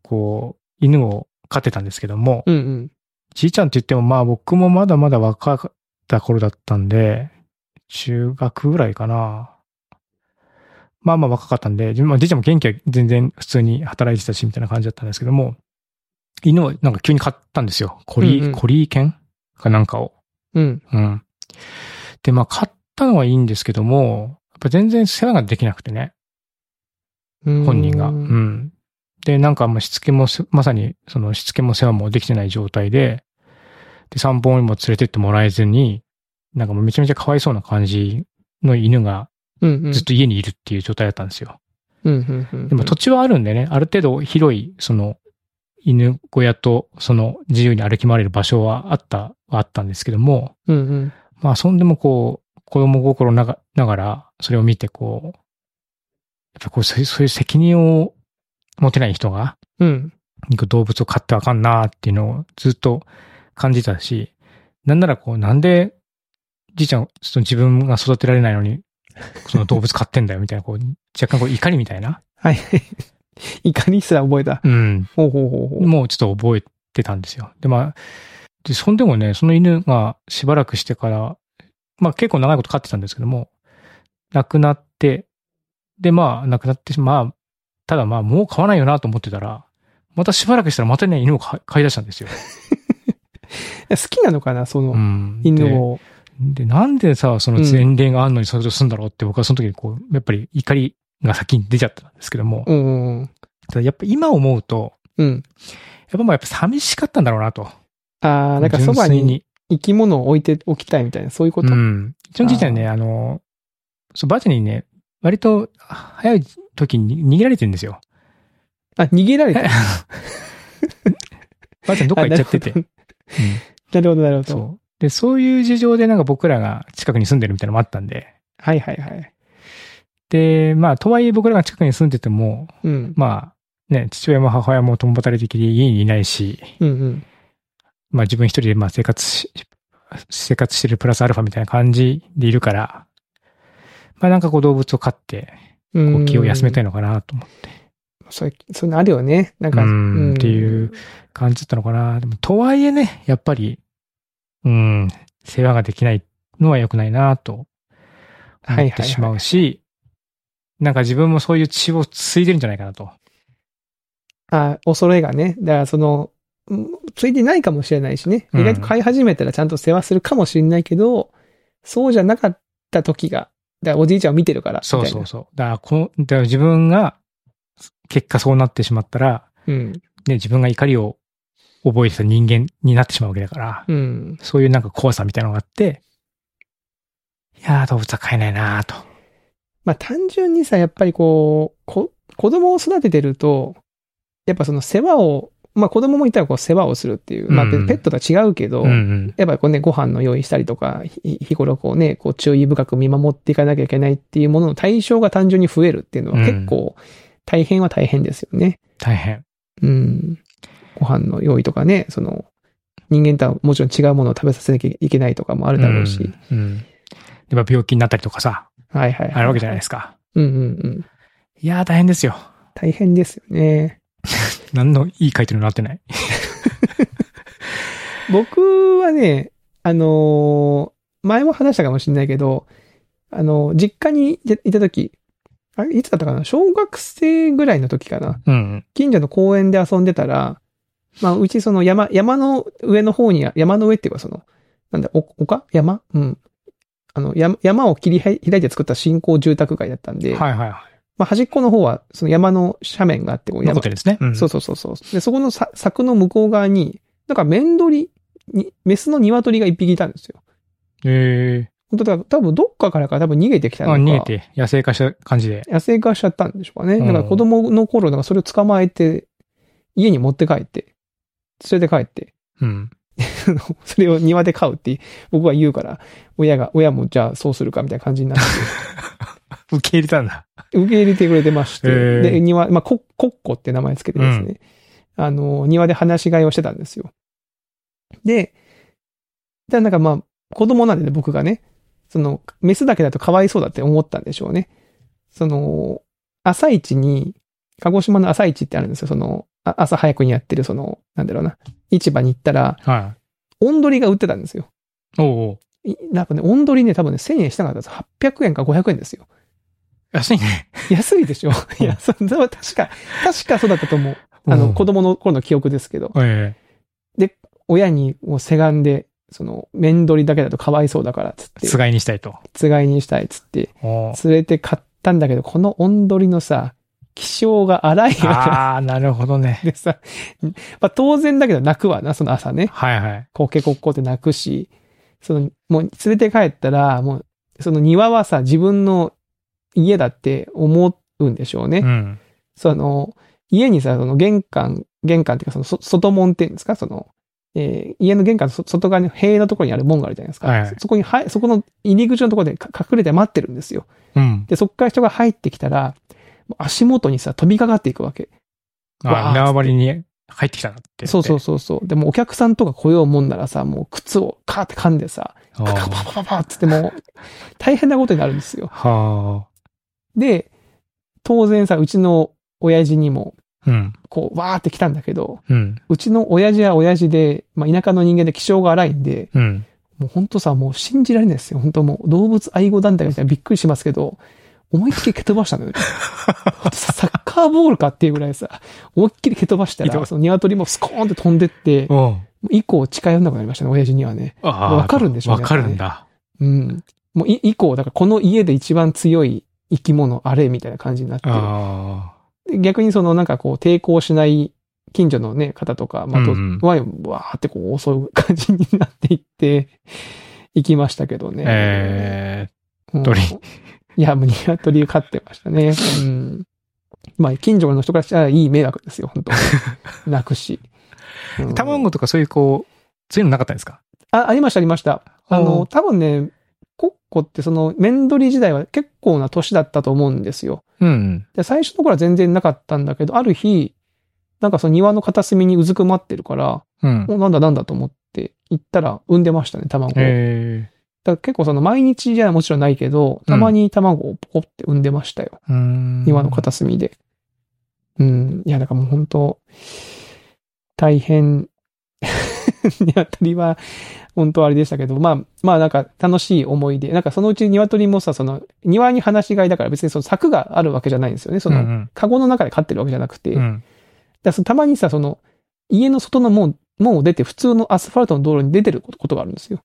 Speaker 1: こう、犬を飼ってたんですけども、
Speaker 2: うんうん。
Speaker 1: じいちゃんって言ってもまあ僕もまだまだ若かった頃だったんで、中学ぐらいかな。まあまあ若かったんで、まあじいちゃんも元気は全然普通に働いてたしみたいな感じだったんですけども、犬をなんか急に飼ったんですよ。コリー、
Speaker 2: うんうん
Speaker 1: コリー犬かなんかを。
Speaker 2: うん。
Speaker 1: うん。で、まあ、買ったのはいいんですけども、やっぱ全然世話ができなくてね、
Speaker 2: うん
Speaker 1: 本人が。う
Speaker 2: うん。
Speaker 1: ん。で、なんか、まあ、しつけもせ、まさに、その、しつけも世話もできてない状態で、で、散歩にも連れてってもらえずに、なんかもうめちゃめちゃかわいそうな感じの犬が
Speaker 2: うん。うん
Speaker 1: ずっと家にいるっていう状態だったんですよ。
Speaker 2: うんうん。
Speaker 1: でも土地はあるんでね、ある程度広い、その、犬小屋と、その、自由に歩き回れる場所はあった、はあったんですけども、
Speaker 2: うんうん。
Speaker 1: まあ、そんでもこう、子供心ながながら、それを見てこう、やっぱこう、そういうそういう責任を持てない人が、
Speaker 2: うん。
Speaker 1: なんか動物を飼ってあかんなっていうのをずっと感じたし、なんならこう、なんで、じいちゃん、その自分が育てられないのに、その動物飼ってんだよみたいな、こう、若干こう、怒りみたいな、
Speaker 2: はい。 怒りすら覚えた。
Speaker 1: うん、
Speaker 2: ほうほうほうほう。
Speaker 1: もうちょっと覚えてたんですよ。で、まあ、で、そんでもね、その犬がしばらくしてから、まあ結構長いこと飼ってたんですけども、亡くなって、で、まあ亡くなってし、まあ、ただまあもう飼わないよなと思ってたら、またしばらくしたらまたね、犬を飼い飼い出したん ですよ。
Speaker 2: 好きなのかな、その
Speaker 1: うん
Speaker 2: 犬を。
Speaker 1: で。で、なんでさ、その前例があんのにそれとすんだろうって僕はその時にこう、やっぱり怒りが先に出ちゃったんですけども、
Speaker 2: うんうん。
Speaker 1: ただやっぱ今思うと、
Speaker 2: うん。
Speaker 1: やっぱまあやっぱ寂しかったんだろうなと。
Speaker 2: ああ、なんかそ
Speaker 1: 純
Speaker 2: ば
Speaker 1: 粋
Speaker 2: に生き物を置いておきたいみたいな、そういうこと。
Speaker 1: う
Speaker 2: うん
Speaker 1: ん。うちのじいちゃんね、あの、そう、ばあちゃんにね、割と早い時に逃げられてるんですよ。
Speaker 2: あ、逃げ られた。
Speaker 1: ばあちゃんどっか行っちゃってて。
Speaker 2: あなるほど、なる
Speaker 1: うん
Speaker 2: ほど。
Speaker 1: そう。で、そういう事情でなんか僕らが近くに住んでるみたいなのもあったんで。
Speaker 2: はいはいはい。
Speaker 1: で、まあ、とはいえ僕らが近くに住んでても、
Speaker 2: うん。
Speaker 1: まあ、ね、父親も母親も共働きで家にいないし、
Speaker 2: うんうん。
Speaker 1: まあ自分一人でまあ生活し、生活してるプラスアルファみたいな感じでいるから、まあなんかこう動物を飼って、こう気を休めたいのかなと思って。
Speaker 2: それ、そんなあるよね。なんか、。
Speaker 1: うんっていうう感じだったのかな。でも、とはいえね、やっぱり、うん、世話ができないのは良くないなと思
Speaker 2: はいはい
Speaker 1: っ
Speaker 2: は
Speaker 1: て
Speaker 2: い
Speaker 1: しまうし、なんか自分もそういう血を継いでるんじゃないかなと。
Speaker 2: あ、恐れがね。だから、その、うんついてないかもしれないしね。
Speaker 1: うん
Speaker 2: 意外と飼い始めたらちゃんと世話するかもしれないけど、そうじゃなかった時が、だからおじいちゃんを見てるから、みたい
Speaker 1: そう
Speaker 2: な。
Speaker 1: そうそう。だからこの、だから自分が、結果そうなってしまったら、
Speaker 2: うん。
Speaker 1: ね、自分が怒りを覚えてた人間になってしまうわけだから、
Speaker 2: うん。
Speaker 1: そういうなんか怖さみたいなのがあって、いやー、動物は飼えないなーと。
Speaker 2: まあ単純にさ、やっぱりこう、こ、子供を育ててると、やっぱその世話を、まあ子供もいたらこう世話をするっていう、まあペ
Speaker 1: うん
Speaker 2: ペットとは違うけど、
Speaker 1: うんうん。
Speaker 2: やっぱりこうね、ご飯の用意したりとか、ひ日頃こうね、こう注意深く見守っていかなきゃいけないっていうものの対象が単純に増えるっていうのは
Speaker 1: うん
Speaker 2: 結構大変は大変ですよね。
Speaker 1: 大変。
Speaker 2: うん。ご飯の用意とかね、その、人間とはもちろん違うものを食べさせなきゃいけないとかもあるだろうし。
Speaker 1: うん。うんで、まあ病気になったりとかさ、
Speaker 2: はいはいはい。
Speaker 1: あるわけじゃないですすか。
Speaker 2: か。うんうんうん。
Speaker 1: いやー、大変ですよ。
Speaker 2: 大変ですよね。
Speaker 1: 何のいい回答にもなってない。
Speaker 2: 僕はね、あのー前も話したかもしれないけど、あのー実家にいた時、あれいつだったかな小学生ぐらいの時かな
Speaker 1: うん。
Speaker 2: 近所の公園で遊んでたら、まあ、うちその山、山の上の方に、山の上っていうかその、なんだ、お丘山うん。あの、山、山を切り開いて作った新興住宅街だったんで、
Speaker 1: はいはいは
Speaker 2: まあ、端っこの方は、その山の斜面があって、こう
Speaker 1: い。の
Speaker 2: 山
Speaker 1: ことですね。うん
Speaker 2: そうそうそうそう。で、そこのさ柵の向こう側に、なんか面鳥に、メスの鶏が一匹いたんですよ。
Speaker 1: え
Speaker 2: 本当だから、多分どっかからか多分逃げてきた
Speaker 1: ー、
Speaker 2: の
Speaker 1: あ
Speaker 2: か。
Speaker 1: 逃げて、野生化した感じで。
Speaker 2: 野生化しちゃったんでしょうかね。
Speaker 1: うん
Speaker 2: だから子供の頃、なんかそれを捕まえて、家に持って帰って、連れて帰って、
Speaker 1: うん。
Speaker 2: あのそれを庭で飼うって僕は言うから、親が、親もじゃあそうするかみたいな感じになって、
Speaker 1: 受け入れたんだ。
Speaker 2: 受け入れてくれてまして、
Speaker 1: へー
Speaker 2: で、庭、まあ、コッコッコって名前つけてですね、あの、庭で話し飼いをしてたんですよ。で、だからなんかまあ、子供なんでね、僕がね、その、メスだけだとかわいそうだって思ったんでしょうね。その、朝市に、鹿児島の朝市ってあるんですよ、その、あ朝早くにやってる、その、なんだろうな、市場に行ったら、
Speaker 1: は
Speaker 2: オンドリが売ってたんですよ。
Speaker 1: い。おうおう。
Speaker 2: いなんかね、オンドリね、多分ね、1000円したかったんです。800円か500円ですよ。
Speaker 1: 安い ね。
Speaker 2: 安いでしょ
Speaker 1: うん
Speaker 2: いや、それは確か、確かそうだったと思う。あ
Speaker 1: うん
Speaker 2: の、子。供の頃の記憶ですけど、
Speaker 1: え
Speaker 2: 親にもうせがんで、その、面取りだけだとかわいそうだから、つっ
Speaker 1: え
Speaker 2: て、
Speaker 1: つがいにしたいと。
Speaker 2: つがいにしたい、つって、
Speaker 1: お う
Speaker 2: 連れて買ったんだけど、このオンドリのさ、気性が荒いわ
Speaker 1: あー、なるほどね。
Speaker 2: けでさ、まあ当然だけど泣くわな、その朝ね。
Speaker 1: はいはい。
Speaker 2: コケコッコって泣くし、その、もう連れて帰ったら、もう、その庭はさ、自分の家だって思うんでしょうね。
Speaker 1: うん。
Speaker 2: その、家にさ、その玄関、玄関っていうか、その、そ外門っていうんですか、その、えー家の玄関のそ外側に塀のところにある門があるじゃないですか。
Speaker 1: はいはい
Speaker 2: そこに、はい、そこの入り口のところでか隠れて待ってるんですよ。
Speaker 1: うん。
Speaker 2: で、そこから人が入ってきたら、もう足元にさ、飛びかかっていくわけ。わ
Speaker 1: あ
Speaker 2: ー
Speaker 1: ー、縄張りに入ってきたなって言って。
Speaker 2: そうそうそうそう。でもお客さんとか来ようもんならさ、もう靴をカーって噛んでさ、
Speaker 1: おう。
Speaker 2: カカパパパパっつってもう、大変なことになるんですよ。
Speaker 1: は
Speaker 2: で、当然さ、うちの親父にも、
Speaker 1: あ。うん。
Speaker 2: こう、わーって来たんだけど、
Speaker 1: うん。
Speaker 2: うちの親父は親父で、まあ、田舎の人間で気性が荒いんで、
Speaker 1: うん。
Speaker 2: もう本当さ、もう信じられないですよ。本当もう動物愛護団体みたいなびっくりしますけど、思いっきり蹴飛ばしたのよね。ほんとさサッカーボールかっていうぐらいさ、思いっきり蹴飛ばした
Speaker 1: ひど
Speaker 2: ら、
Speaker 1: い
Speaker 2: その鶏もスコーンって飛んでって、も
Speaker 1: おう
Speaker 2: う以降近寄んなくなりましたね、親父にはね。
Speaker 1: あー
Speaker 2: わかるんでしょう
Speaker 1: わ
Speaker 2: ね
Speaker 1: かるんだ。
Speaker 2: うん。もうい以降、だからこの家で一番強い生き物、あれみたいな感じになって、
Speaker 1: あ
Speaker 2: で逆にそのなんかこう抵抗しない近所のね、方とか、まあ、と
Speaker 1: うんうん
Speaker 2: ワインわーってこう襲う感じになっていって、 行きましたけどね
Speaker 1: あ。。え
Speaker 2: うん
Speaker 1: 鳥
Speaker 2: いや、もうニワトリ飼ってましたね。うん。まあ、近所の人からしたらいい迷惑ですよ、本 当泣くし。う
Speaker 1: ー。
Speaker 2: ん
Speaker 1: 卵とかそういうこう、そういうのなかったんですか
Speaker 2: あ、ありました、ありました。あ
Speaker 1: お
Speaker 2: の、
Speaker 1: う
Speaker 2: 多分ね、コッコってその、面取り時代は結構な年だったと思うんですよ。
Speaker 1: うん。
Speaker 2: で、最初の頃は全然なかったんだけど、ある日、なんかその庭の片隅にうずくまってるから、
Speaker 1: うん。
Speaker 2: おなんだなんだと思って行ったら産んでましたね、卵を。
Speaker 1: え
Speaker 2: だから結構その毎日じゃもちろんないけ
Speaker 1: う
Speaker 2: ど、
Speaker 1: ん
Speaker 2: たまに卵をポコって産んでましたよ。
Speaker 1: えー。
Speaker 2: 庭の片隅で。うん。いや、だからもう本当、大変 ニワトリは、本当あれでしたけど、まあ、まあなんか楽しい思い出。なんかそのうちニワトリもさ、その、庭に放し飼いだから別にその柵があるわけじゃないんですよね。その、
Speaker 1: ん
Speaker 2: カゴの中で飼ってるわけじゃなくて。
Speaker 1: うんうん
Speaker 2: だからそのたまにさ、その、家の外の門、門を出て普通のアスファルトの道路に出てることことがあるんですよ。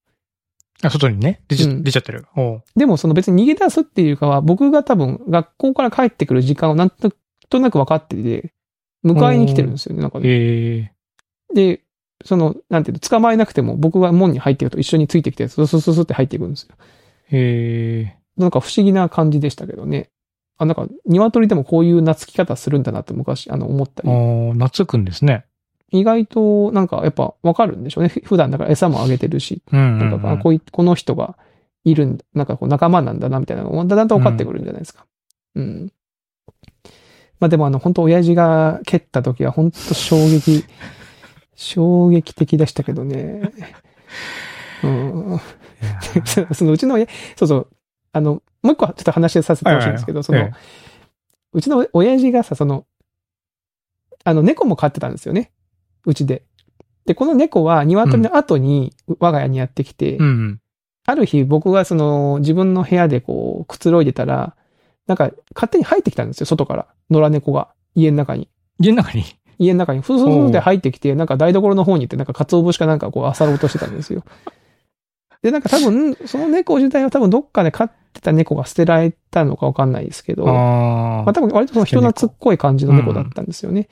Speaker 1: あ、外にね、出ち,、
Speaker 2: うん
Speaker 1: 出ちゃってる。おう
Speaker 2: でもその別に逃げ出すっていうかは、僕が多分学校から帰ってくる時間をなんとなく分かってて、迎えに来てるんですよね、なんかね。
Speaker 1: ええ
Speaker 2: で、その、なんていうの、捕まえなくても僕が門に入っていくと一緒についてきて、ススススって入っていくんですよ。
Speaker 1: ええ
Speaker 2: なんか不思議な感じでしたけどね。あ、なんか、鶏でもこういう懐き方するんだなって昔、あの、思ったり。
Speaker 1: ああ、懐くんですね。
Speaker 2: 意外と、なんか、やっぱ、わかるんでしょうね。 ふ普段、だから餌もあげてるし、
Speaker 1: うんう
Speaker 2: なん
Speaker 1: ん、う
Speaker 2: か
Speaker 1: ん。
Speaker 2: あこういこの人がいるんだ、なんかこう仲間なんだな、みたいなのがだんだんと分かってくるんじゃないですか。うん。まあでもあの、本当親父が蹴った時は本当衝 撃、衝撃的でしたけどね。うん。
Speaker 1: いや
Speaker 2: そのうちの親、そうそう、あの、もう一個ちょっと話させてほしいんですけど、その、
Speaker 1: え
Speaker 2: うちの親父がさ、その、あの、猫も飼ってたんですよね。うちで。で、この猫は鶏の後に我が家にやってきて、
Speaker 1: えうん。
Speaker 2: ある日僕がその自分の部屋でこうくつろいでたら、なんか勝手に入ってきたんですよ、外から。野良猫が。家の中に。
Speaker 1: 家の中に。
Speaker 2: 家の中に、ふうふうふうって入ってきて、なんか台所の方に行って、なんか鰹節かなんかこう漁ろうとしてたんですよ。 で、なんか多分、その猫自体は多分どっかで飼ってた猫が捨てられたのかわかんないですけど、
Speaker 1: あ
Speaker 2: まあ多分割とその人懐っこい感じの猫だったんですよね。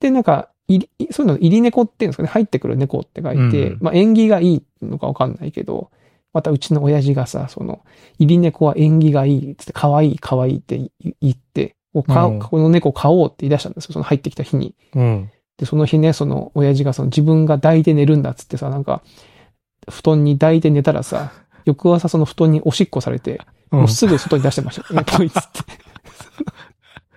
Speaker 2: で、なんか、いりいそういうの、入り猫っていうんですかね、入ってくる猫って書いて、
Speaker 1: うん
Speaker 2: まあ縁起がいいのかわかんないけど、またうちの親父がさ、その、入り猫は縁起がいいっつって、可愛い可愛いってい言って、こう買おう
Speaker 1: うん
Speaker 2: この猫買おうって言い出したんですよ、その入ってきた日に。
Speaker 1: あ。うん。
Speaker 2: で、その日ね、その親父がその自分が抱いて寝るんだっつってさ、なんか、布団に抱いて寝たらさ、翌朝その布団におしっこされて、
Speaker 1: うん
Speaker 2: もうすぐ外に出して ました。ね、こいつって。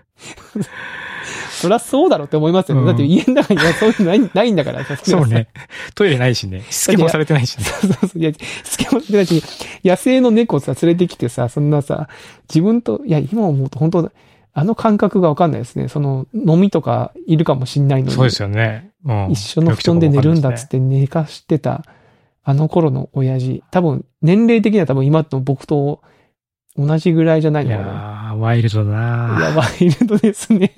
Speaker 2: そりゃそうだろうって思いますよね。
Speaker 1: うん
Speaker 2: だって家の中にはそういうのない ないんだから。
Speaker 1: そう ね。トイレないしね。しつけもされてないしね。
Speaker 2: そうそうそう。いや、つけもってないし、野生の猫さ、連れてきてさ、そんなさ、自分と、いや、今思うと本当、あの感覚がわかんないですね。その、飲みとかいるかもしんないのに。
Speaker 1: そうですよね。うん。
Speaker 2: 一緒の布団で寝るんだっつって寝かしてた、あの頃の親父。多分、年齢的には多分今の僕と同じぐらいじゃな
Speaker 1: い
Speaker 2: いの
Speaker 1: や
Speaker 2: かな。
Speaker 1: ー、ワイルドだな
Speaker 2: やばいのです ね。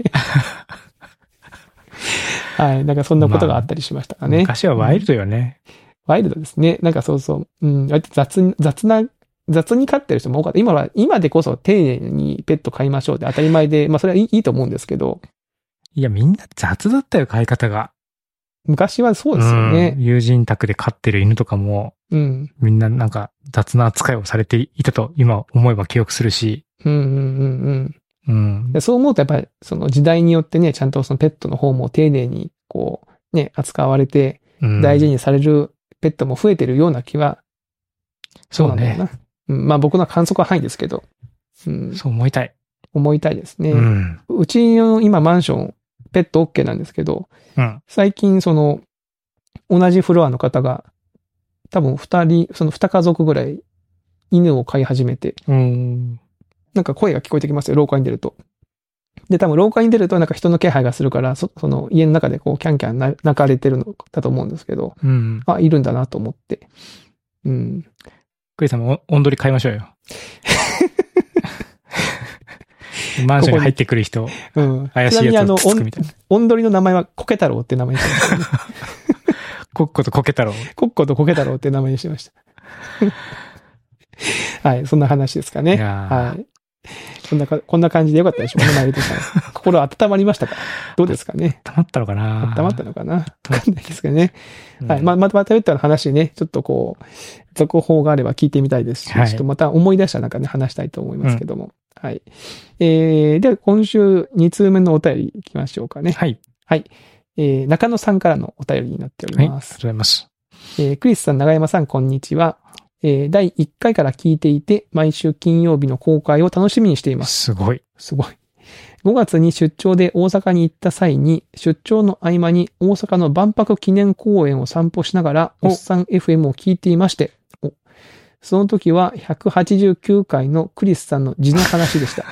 Speaker 2: はい。なんかそんなことがあったりしましたかね。
Speaker 1: 昔はワイルドよね。
Speaker 2: ワイルドですね。なんかそうそう。うん。割と雑に、雑な、雑に飼ってる人も多かった。今は、今でこそ丁寧にペット飼いましょうって当たり前で、まあそれはいいいいと思うんですけど、
Speaker 1: いや、みんな雑だったよ、飼い方が。
Speaker 2: 昔はそうですよね
Speaker 1: う。ん友人宅で飼ってる犬とかも、
Speaker 2: うん。
Speaker 1: みんななんか雑な扱いをされていたと今思えば記憶するし。
Speaker 2: うんうんうんうん。
Speaker 1: うん。
Speaker 2: でそう思うとやっぱりその時代によってね、ちゃんとそのペットの方も丁寧にこうね、扱われて
Speaker 1: うん
Speaker 2: 大事にされるペットも増えてるような気は、
Speaker 1: そ
Speaker 2: な
Speaker 1: うん
Speaker 2: だろう
Speaker 1: ね。
Speaker 2: な。うんまあ僕の観測は範囲ですけど、うん、
Speaker 1: そう思いたい。
Speaker 2: 思いたいですね。
Speaker 1: う。
Speaker 2: うんちの今マンション、ペット OK なんですけど、
Speaker 1: うん。
Speaker 2: 最近その、同じフロアの方が、多分二人、その二家族ぐらい犬を飼い始めて、
Speaker 1: うん。
Speaker 2: なんか声が聞こえてきますよ、廊下に出ると。で、多分廊下に出るとなんか人の気配がするから、そその家の中でこうキャンキャンな泣かれてるのだと思うんですけど、
Speaker 1: うん。
Speaker 2: あ、いるんだなと思って。うん。
Speaker 1: クリさんもお、おんどり買いまし ょうよ。マンションに入ってくる人、
Speaker 2: うん。
Speaker 1: 怪しい
Speaker 2: ち
Speaker 1: や
Speaker 2: なみにあ
Speaker 1: つを
Speaker 2: の、
Speaker 1: つつくみたいな。
Speaker 2: おんどりの名前はコケ太郎って名前にしてました、ね。
Speaker 1: コッコとコケ太郎。
Speaker 2: コッコとコケ太郎って名前にしてま した。はい、そんな話ですか
Speaker 1: い
Speaker 2: ね。
Speaker 1: やー
Speaker 2: はい。こんなか、こんな感じでよかったでしょうかね、マイルド さん。心温まりましたかどうですかね
Speaker 1: 溜まったのか
Speaker 2: 温
Speaker 1: な
Speaker 2: まったのかなわかんないですけどね。
Speaker 1: うん
Speaker 2: はい。まあ、また、また、ペットの話ね、ちょっとこう、続報があれば聞いてみたいですし、
Speaker 1: はい
Speaker 2: ちょっとまた思い出したらなんかね、話したいと思いますけども。はい。えー、では今週2通目のお便りいきましょうかね。
Speaker 1: はい。
Speaker 2: えー、中野さんからのお便りになってお
Speaker 1: はい。あり
Speaker 2: り
Speaker 1: が
Speaker 2: ま
Speaker 1: とう
Speaker 2: す。
Speaker 1: ございます。
Speaker 2: えー、クリスさん、長山さん、こんにちは。えー、第1回から聞いていて、毎週金曜日の公開を楽しみにしています。
Speaker 1: すごい。
Speaker 2: すごい。5月に出張で大阪に行った際に、出張の合間に大阪の万博記念公園を散歩しながら、
Speaker 1: お
Speaker 2: おっさん FM を聞いていまして、おその時は189回のクリスさんの字の話でした。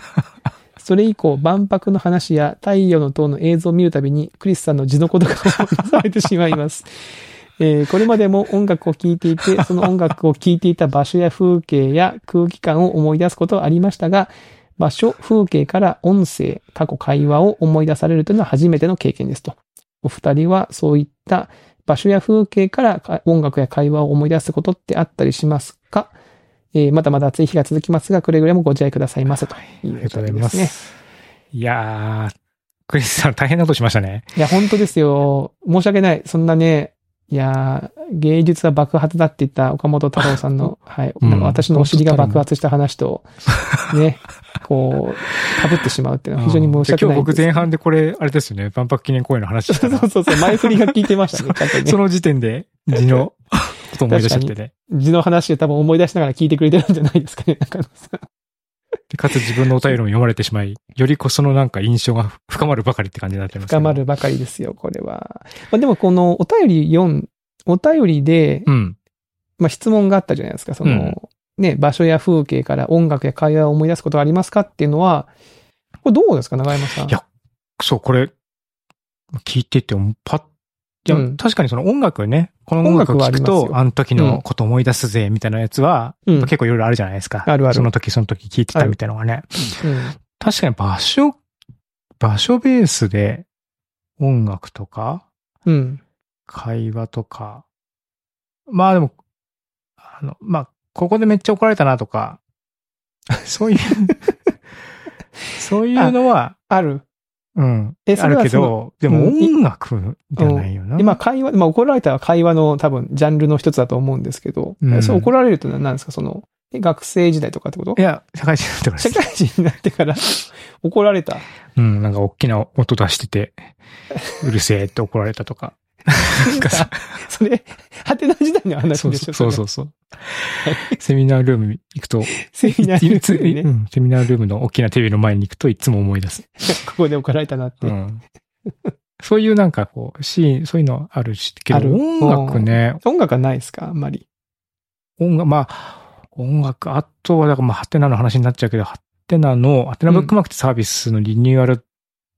Speaker 2: それ以降、万博の話や太陽の塔の映像を見るたびに、クリスさんの地のことが覚めてしまいます。えーこれまでも音楽を聴いて いて、その音楽を聴いていた場所や風景や空気感を思い出すことはありましたが、場所、風景から音声、過去会話を思い出されるというのは初めての経験ですと。お二人はそういった場所や風景からか音楽や会話を思い出すことってあったりしますかえーまだまだ暑い日が続きますが、くれぐれもご自愛くださいませと。
Speaker 1: あ
Speaker 2: い
Speaker 1: りがとうござい
Speaker 2: で
Speaker 1: ますす。
Speaker 2: ね。
Speaker 1: いやー、クリスさん大変なことしましたね。
Speaker 2: いや、本当ですよ。申し訳ない。そんなね、いやー、芸術は爆発だって言った岡本太郎さんの、はい、
Speaker 1: うん
Speaker 2: なんか私のお尻が爆発した話と、ね、こう、被ってしまうっていうのは非常に申し訳
Speaker 1: うん
Speaker 2: な
Speaker 1: で今日
Speaker 2: いんです。
Speaker 1: 僕前半でこれ、あれですよね、万博記念公園の話したな
Speaker 2: そうそうそう、前振りが聞いてましたね、ちゃんとね。
Speaker 1: その時点で、字のこと思い出しちゃってね。
Speaker 2: 字の話を多分思い出しながら聞いてくれてるんじゃないですかね。なんか
Speaker 1: でかつ自分のお便りも読まれてしまい、よりこそのなんか印象が深まるばかりって感じになってますけど
Speaker 2: 深ま。るばかりですよ、これは。まあ、でもこのお便り読ん、お便りで、
Speaker 1: うん。
Speaker 2: まあ、質問があったじゃないですか。その、ね、場所や風景から音楽や会話を思い出すことはありますかっていうのは、これどうですか、長山さん。
Speaker 1: いやそう、これ、聞いてて、パッ、いや、
Speaker 2: うん
Speaker 1: 確かにその音楽ね、この
Speaker 2: 音
Speaker 1: 音楽
Speaker 2: 楽
Speaker 1: を
Speaker 2: はあ
Speaker 1: 聞
Speaker 2: り
Speaker 1: く
Speaker 2: ますよ
Speaker 1: と、あの時のこと思い出すぜ、みたいなやつは、
Speaker 2: うん、
Speaker 1: 結構いろいろあるじゃないですか。
Speaker 2: あるある
Speaker 1: その時その時聞いてたみたいなのがね。
Speaker 2: うん
Speaker 1: 確かに場所、場所ベースで音楽とか、
Speaker 2: うん。
Speaker 1: 会話とか。まあでも、あの、まあ、ここでめっちゃ怒られたなとか、 そう いう、そういうのは、
Speaker 2: ある。
Speaker 1: うん、
Speaker 2: えそ
Speaker 1: あ
Speaker 2: れは
Speaker 1: るけ
Speaker 2: そ
Speaker 1: ど、でも音楽じゃないよな。
Speaker 2: 今、会話、まあ、怒られたら会話の多分、ジャンルの一つだと思うんですけど、
Speaker 1: うん
Speaker 2: そう怒られるというのは何ですか、その、え学生時代とかってこと
Speaker 1: いや、社会人だってから
Speaker 2: 社
Speaker 1: です
Speaker 2: 会人になってから怒られた。
Speaker 1: うん、なんか大きな音出してて、うるせえって怒られたとか。なんかさ
Speaker 2: それ、ハテナ時代の話
Speaker 1: そう
Speaker 2: でし
Speaker 1: そ
Speaker 2: ょ
Speaker 1: うそうそうそう。セミナールーム行くと、
Speaker 2: それセミナー
Speaker 1: いつ
Speaker 2: 時に
Speaker 1: う
Speaker 2: ね、
Speaker 1: んセミナールームの大きなテレビの前に行くといつも思い出す。
Speaker 2: ここで怒られたなって。
Speaker 1: うん、そういうなんかこう、シーン、そういうのあるし、け
Speaker 2: ある
Speaker 1: ど音楽ね、
Speaker 2: 音楽はないですかあんまり。
Speaker 1: 音楽、まあ、音楽、あとは、だからまあ、ハテナの話になっちゃうけど、ハテナの、ハテナブックマークってサービスのリニューアル、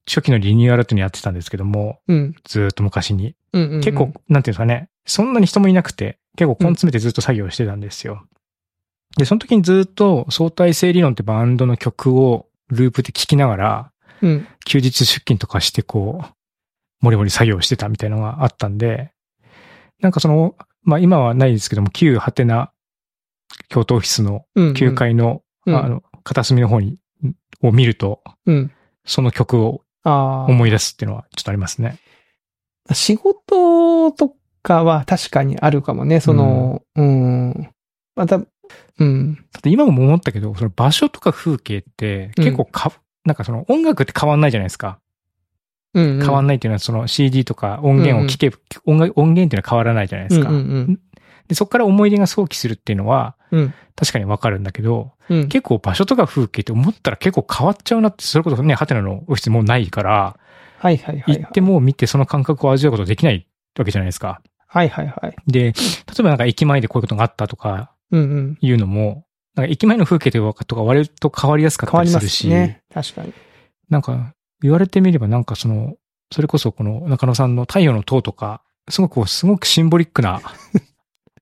Speaker 1: 初期のリニューアルっていうのやってたんですけども、
Speaker 2: うん。
Speaker 1: ずーっと昔に。
Speaker 2: うんうんうん
Speaker 1: 結構、なんていうんですかね、そんなに人もいなくて、結構根詰めてずっと作業してたんですよ。で、その時にずっと相対性理論ってバンドの曲をループで聴きながら、
Speaker 2: うん。
Speaker 1: 休日出勤とかしてこう、もりもり作業してたみたいなのがあったんで、なんかその、まあ今はないですけども、旧ハテナ京都オフィスの
Speaker 2: うん。
Speaker 1: 9階の、
Speaker 2: うん
Speaker 1: あの、片隅の方に、を見ると、
Speaker 2: うん。
Speaker 1: その曲を
Speaker 2: あ
Speaker 1: 思い出すっていうのはちょっとありますね。
Speaker 2: あ。仕事とかは確かにあるかもね。その、うん。また、うん。
Speaker 1: だって今も思ったけど、その場所とか風景って結構か、なんかその音楽って変わんないじゃないですか。
Speaker 2: 変
Speaker 1: 変わ
Speaker 2: ない
Speaker 1: んないっていうのはその CD とか音源を聞け、音楽音源っていうのは変わらないじゃないですか。
Speaker 2: うんうん
Speaker 1: で、そこから思い出が想起するっていうのは、
Speaker 2: うん
Speaker 1: 確かにわかるんだけど、
Speaker 2: うん。うん
Speaker 1: 結構場所とか風景って思ったら結構変わっちゃうなって、それこそね、ハテナのオフィスもうないから、
Speaker 2: はいはいはいはい。
Speaker 1: 行っても見てその感覚を味わうことできないわけじゃないですか。
Speaker 2: はいはいはい。
Speaker 1: で、例えばなんか駅前でこういうことがあったとか
Speaker 2: うんうん。
Speaker 1: いうのも、なんか駅前の風景とかとか割と変わりやすかっ
Speaker 2: 変
Speaker 1: た
Speaker 2: わ
Speaker 1: り
Speaker 2: り
Speaker 1: す
Speaker 2: ま
Speaker 1: るし、
Speaker 2: すね。確かに。
Speaker 1: なんか言われてみればなんかその、それこそこの中野さんの太陽の塔とか、すごくこう、すごくシンボリック な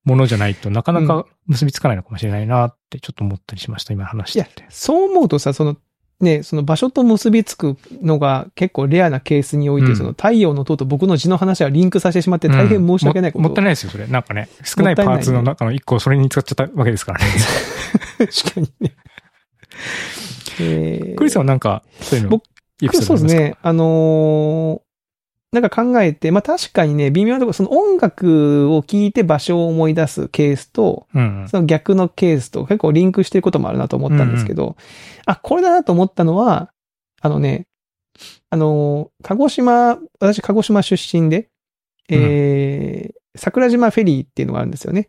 Speaker 1: ものじゃないとなかなか結びつかないのかもしれないなってちょっと思ったりしました、今話してて。
Speaker 2: そう思うとさ、その、ね、その場所と結びつくのが結構レアなケースにおいて、
Speaker 1: うん
Speaker 2: その太陽の塔と僕の字の話はリンクさせてしまって大変申し訳ないこと
Speaker 1: も。もったいないですよ、それ。なんかね、少ないパーツの中の一個をそれに使っちゃったわけです からね。
Speaker 2: 確かにね。 えー
Speaker 1: クリスさんはなんか、そういうの、
Speaker 2: 僕
Speaker 1: エピソード
Speaker 2: そ
Speaker 1: あ
Speaker 2: う
Speaker 1: り
Speaker 2: で
Speaker 1: ますすか
Speaker 2: ね。あのーなんか考えて、まあ確かにね、微妙なところ、その音楽を聴いて場所を思い出すケースと、
Speaker 1: うんうん。
Speaker 2: その逆のケースと結構リンクしてることもあるなと思ったんですけど、あ、これだなと思ったのは、あのね、あのー鹿児島、私鹿児島出身で、えー桜島フェリーっていうのがあるんですよね。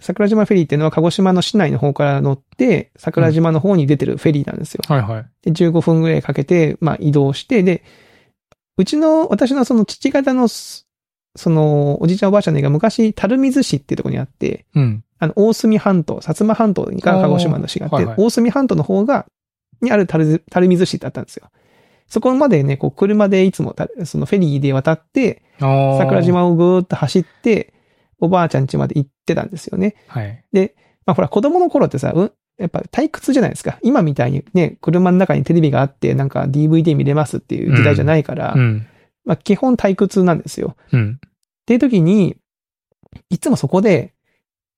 Speaker 2: 桜島フェリーっていうのは鹿児島の市内の方から乗って、桜島の方に出てるフェリーなんですよ。
Speaker 1: はいはい。
Speaker 2: で、15分ぐらいかけて、まあ移動して、で、うちの、私のその父方のす、その、おじいちゃんおばあちゃんの家が昔、垂水市っていうところにあって、
Speaker 1: うん。
Speaker 2: あの、大隅半島、薩摩半島にから鹿児島の市があって、
Speaker 1: おーはいはい
Speaker 2: 大隅半島の方がにある垂水市ってあったんですよ。そこまでね、こう車でいつもたそのフェリーで渡って、桜
Speaker 1: 桜。
Speaker 2: 島をぐーっと走って、おばあちゃん家まで行ってたんですよね。
Speaker 1: はい。
Speaker 2: まあほら、子供の頃ってさ、うん、やっぱ退屈じゃないですか。今みたいにね、車の中にテレビがあって、なんか DVD 見れますっていう時代じゃないから、
Speaker 1: うん。
Speaker 2: まあ基本退屈なんですよ。
Speaker 1: うん。
Speaker 2: っていう時に、いつもそこで、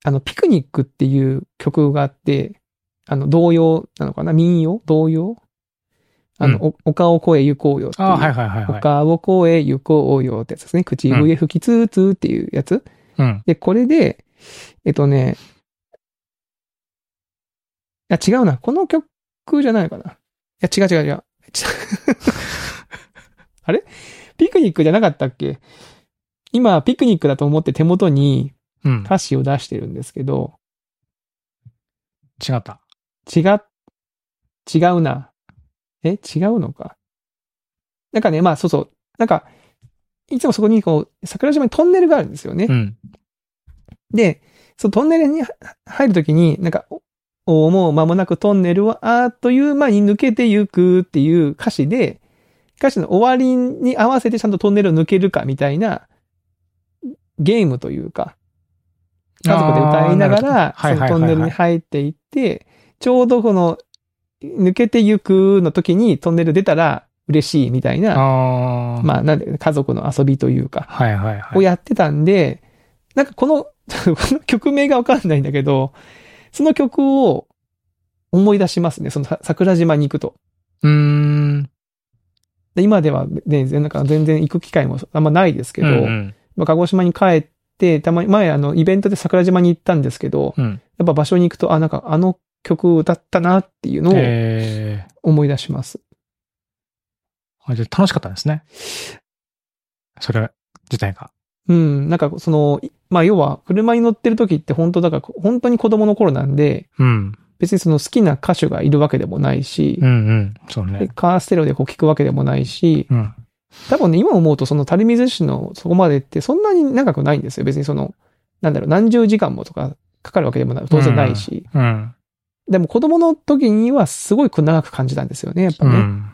Speaker 2: あの、ピクニックっていう曲があって、あの、童謡なのかな民謡童謡あの、
Speaker 1: う
Speaker 2: お丘を越え行こうよっていう。
Speaker 1: ああ、はいはいはいはい。
Speaker 2: 丘を越え行こうよってやつですね。口笛吹きつーつーっていうやつ。
Speaker 1: うん。
Speaker 2: で、これで、えっとね、いや、違うな。この曲じゃないかな。いや、違う違う違う。 ちあれピクニックじゃなかったっけ今、ピクニックだと思って手元に
Speaker 1: うん。
Speaker 2: 歌詞を出してるんですけど、
Speaker 1: 違った。
Speaker 2: 違、違うな。え違うのか。なんかね、まあそうそう。なんか、いつもそこにこう、桜島にトンネルがあるんですよね。
Speaker 1: うん。
Speaker 2: で、そのトンネルには入るときに、なんか、おおもう間もなくトンネルは、あっという間に抜けてゆくっていう歌詞で、歌詞の終わりに合わせてちゃんとトンネルを抜けるかみたいなゲームというか、家族で歌いな
Speaker 1: あーなる
Speaker 2: がら、
Speaker 1: ほどはいはいはいはい
Speaker 2: そのトンネルに入っていって、ちょうどこの、抜けてゆくの時にトンネル出たら嬉しいみたいな、
Speaker 1: あ あ。
Speaker 2: まあなんで、家族の遊びというか、
Speaker 1: はいはい
Speaker 2: を
Speaker 1: はい。
Speaker 2: やってたんで、なんかこの、 この曲名がわかんないんだけど、その曲を思い出しますね。そのさ桜島に行くと。
Speaker 1: うーん。
Speaker 2: で今ではね、全なんか全然行く機会もあんまないですけど、
Speaker 1: うんうん
Speaker 2: まあ、鹿児島に帰って、たまに、前あの、イベントで桜島に行ったんですけど、
Speaker 1: うん。
Speaker 2: やっぱ場所に行くと、あ、なんかあの曲歌ったなっていうのを
Speaker 1: ええ。
Speaker 2: 思い出します。
Speaker 1: あじゃあ楽しかったんですね。それ自体が。
Speaker 2: うん、なんかその、いまあ要は、車に乗ってる時って本当だから、本当に子供の頃なんで、
Speaker 1: うん。
Speaker 2: 別にその好きな歌手がいるわけでもないし、
Speaker 1: うんうん。そう
Speaker 2: で
Speaker 1: ね。
Speaker 2: カーステレオでこう聞くわけでもないし、
Speaker 1: うん。
Speaker 2: 多分ね、今思うとその垂水市のそこまでってそんなに長くないんですよ。別にその、なんだろう、何十時間もとかかかるわけでもない当然ないし。
Speaker 1: うん。
Speaker 2: でも子供の時にはすごい長く感じたんですよね、やっぱ
Speaker 1: う
Speaker 2: ね。
Speaker 1: ん。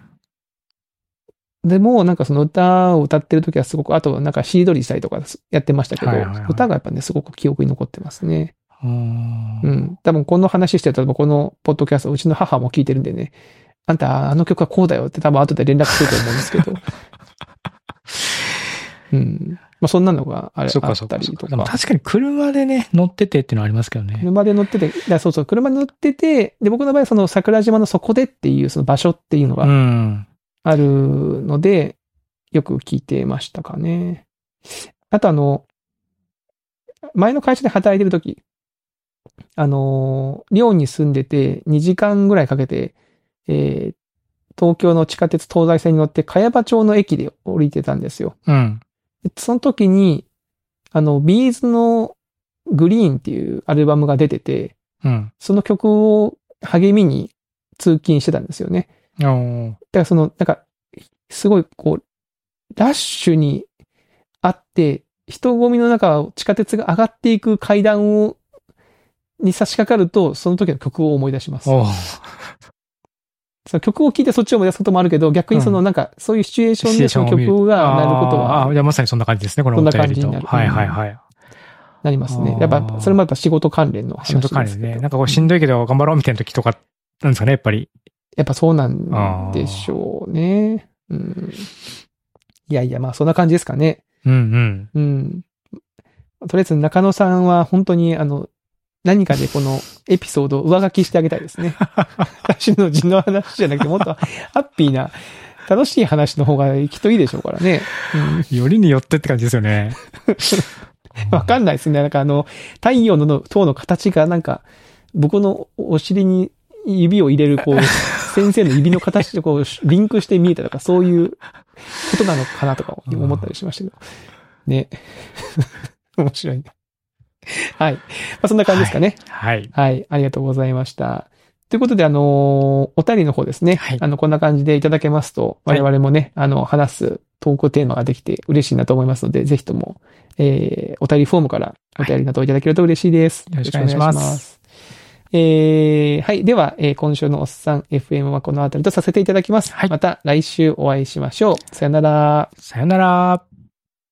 Speaker 2: でもなんかその歌を歌ってる時はすごく、あとなんかシードリしたりとかやってましたけど、
Speaker 1: はいはいはい
Speaker 2: 歌がやっぱね、すごく記憶に残ってますね。
Speaker 1: うん
Speaker 2: うん。多分この話してると、多分このポッドキャスト、うちの母も聞いてるんでね、あんた、あの曲はこうだよって多分後で連絡すると思うんです けど。うん。まあそんなのがあれ
Speaker 1: そっ
Speaker 2: あ
Speaker 1: か
Speaker 2: っ
Speaker 1: そったか
Speaker 2: り
Speaker 1: そっ
Speaker 2: と
Speaker 1: か。で。
Speaker 2: か
Speaker 1: も確かに車でね、乗っててっていうのはありますけどね。
Speaker 2: 車で乗ってて、だそうそう、車で乗ってて、で、僕の場合はその桜島のそこでっていうその場所っていうの
Speaker 1: う
Speaker 2: が
Speaker 1: ん。
Speaker 2: あるので、よく聞いてましたかね。あとあの、前の会社で働いてるとき、あのー、寮に住んでて2時間ぐらいかけて、えー東京の地下鉄東西線に乗って茅場町の駅で降りてたんですよ。
Speaker 1: うん。
Speaker 2: でその時に、あの、ビーズのグリーンっていうアルバムが出てて、
Speaker 1: うん。
Speaker 2: その曲を励みに通勤してたんですよね。
Speaker 1: おー
Speaker 2: だからその、なんか、すごいこう、ラッシュにあって、人混みの中を地下鉄が上がっていく階段を、に差し掛かると、その時の曲を思い出します。
Speaker 1: おー
Speaker 2: その曲を聴いてそっちを思い出すこともあるけど、逆にそのなんか、そういうシチュエーションでその曲がなること
Speaker 1: あー
Speaker 2: は
Speaker 1: あ、じゃあまさにそんな感じですね、この
Speaker 2: そん
Speaker 1: お
Speaker 2: な
Speaker 1: 便
Speaker 2: 感
Speaker 1: り
Speaker 2: じ
Speaker 1: と。
Speaker 2: になる
Speaker 1: はいはいはい。
Speaker 2: なりますね
Speaker 1: あ。ー
Speaker 2: やっぱ、それもやっぱ仕事関連の話
Speaker 1: 仕事管
Speaker 2: で
Speaker 1: 理です
Speaker 2: け
Speaker 1: ね。
Speaker 2: ど
Speaker 1: なんかこうしんどいけど頑張ろうみたいな時とか、なんですかね、やっぱり。
Speaker 2: やっぱそうなんでしょうね。うん。いやいや、まあそんな感じですかね。
Speaker 1: うんうん。
Speaker 2: うん。とりあえず中野さんは本当にあの、何かでこのエピソードを上書きしてあげたいです ね。私の字の話じゃなくて、もっとハッピーな、楽しい話の方がきっといいでしょうからね。
Speaker 1: よりによってって感じですよね。
Speaker 2: うん わかんないですね。なんかあの、太陽の塔の形がなんか、僕のお尻に指を入れる、こう、先生の指の形とこう、リンクして見えたとか、そういうことなのかなとか思ったりしましたけど。ね。 面白いね。はい。まあ、そんな感じですかね。
Speaker 1: はい。
Speaker 2: はい。ありがとうございました。ということで、あのお便りの方ですね。
Speaker 1: はい
Speaker 2: あの、こんな感じでいただけますと、
Speaker 1: はい
Speaker 2: 我々もね、あの、話すトークテーマができて嬉しいなと思いますので、ぜひとも、えー、お便りフォームからお便りなどをいただけると嬉しいです。
Speaker 1: いよろしくお願いします
Speaker 2: よろしくお願いします。ええー、はい。では、えー今週のおっさん FM はこの辺りとさせていただきます。
Speaker 1: はい
Speaker 2: また来週お会いしましょう。さよなら。
Speaker 1: さよなら。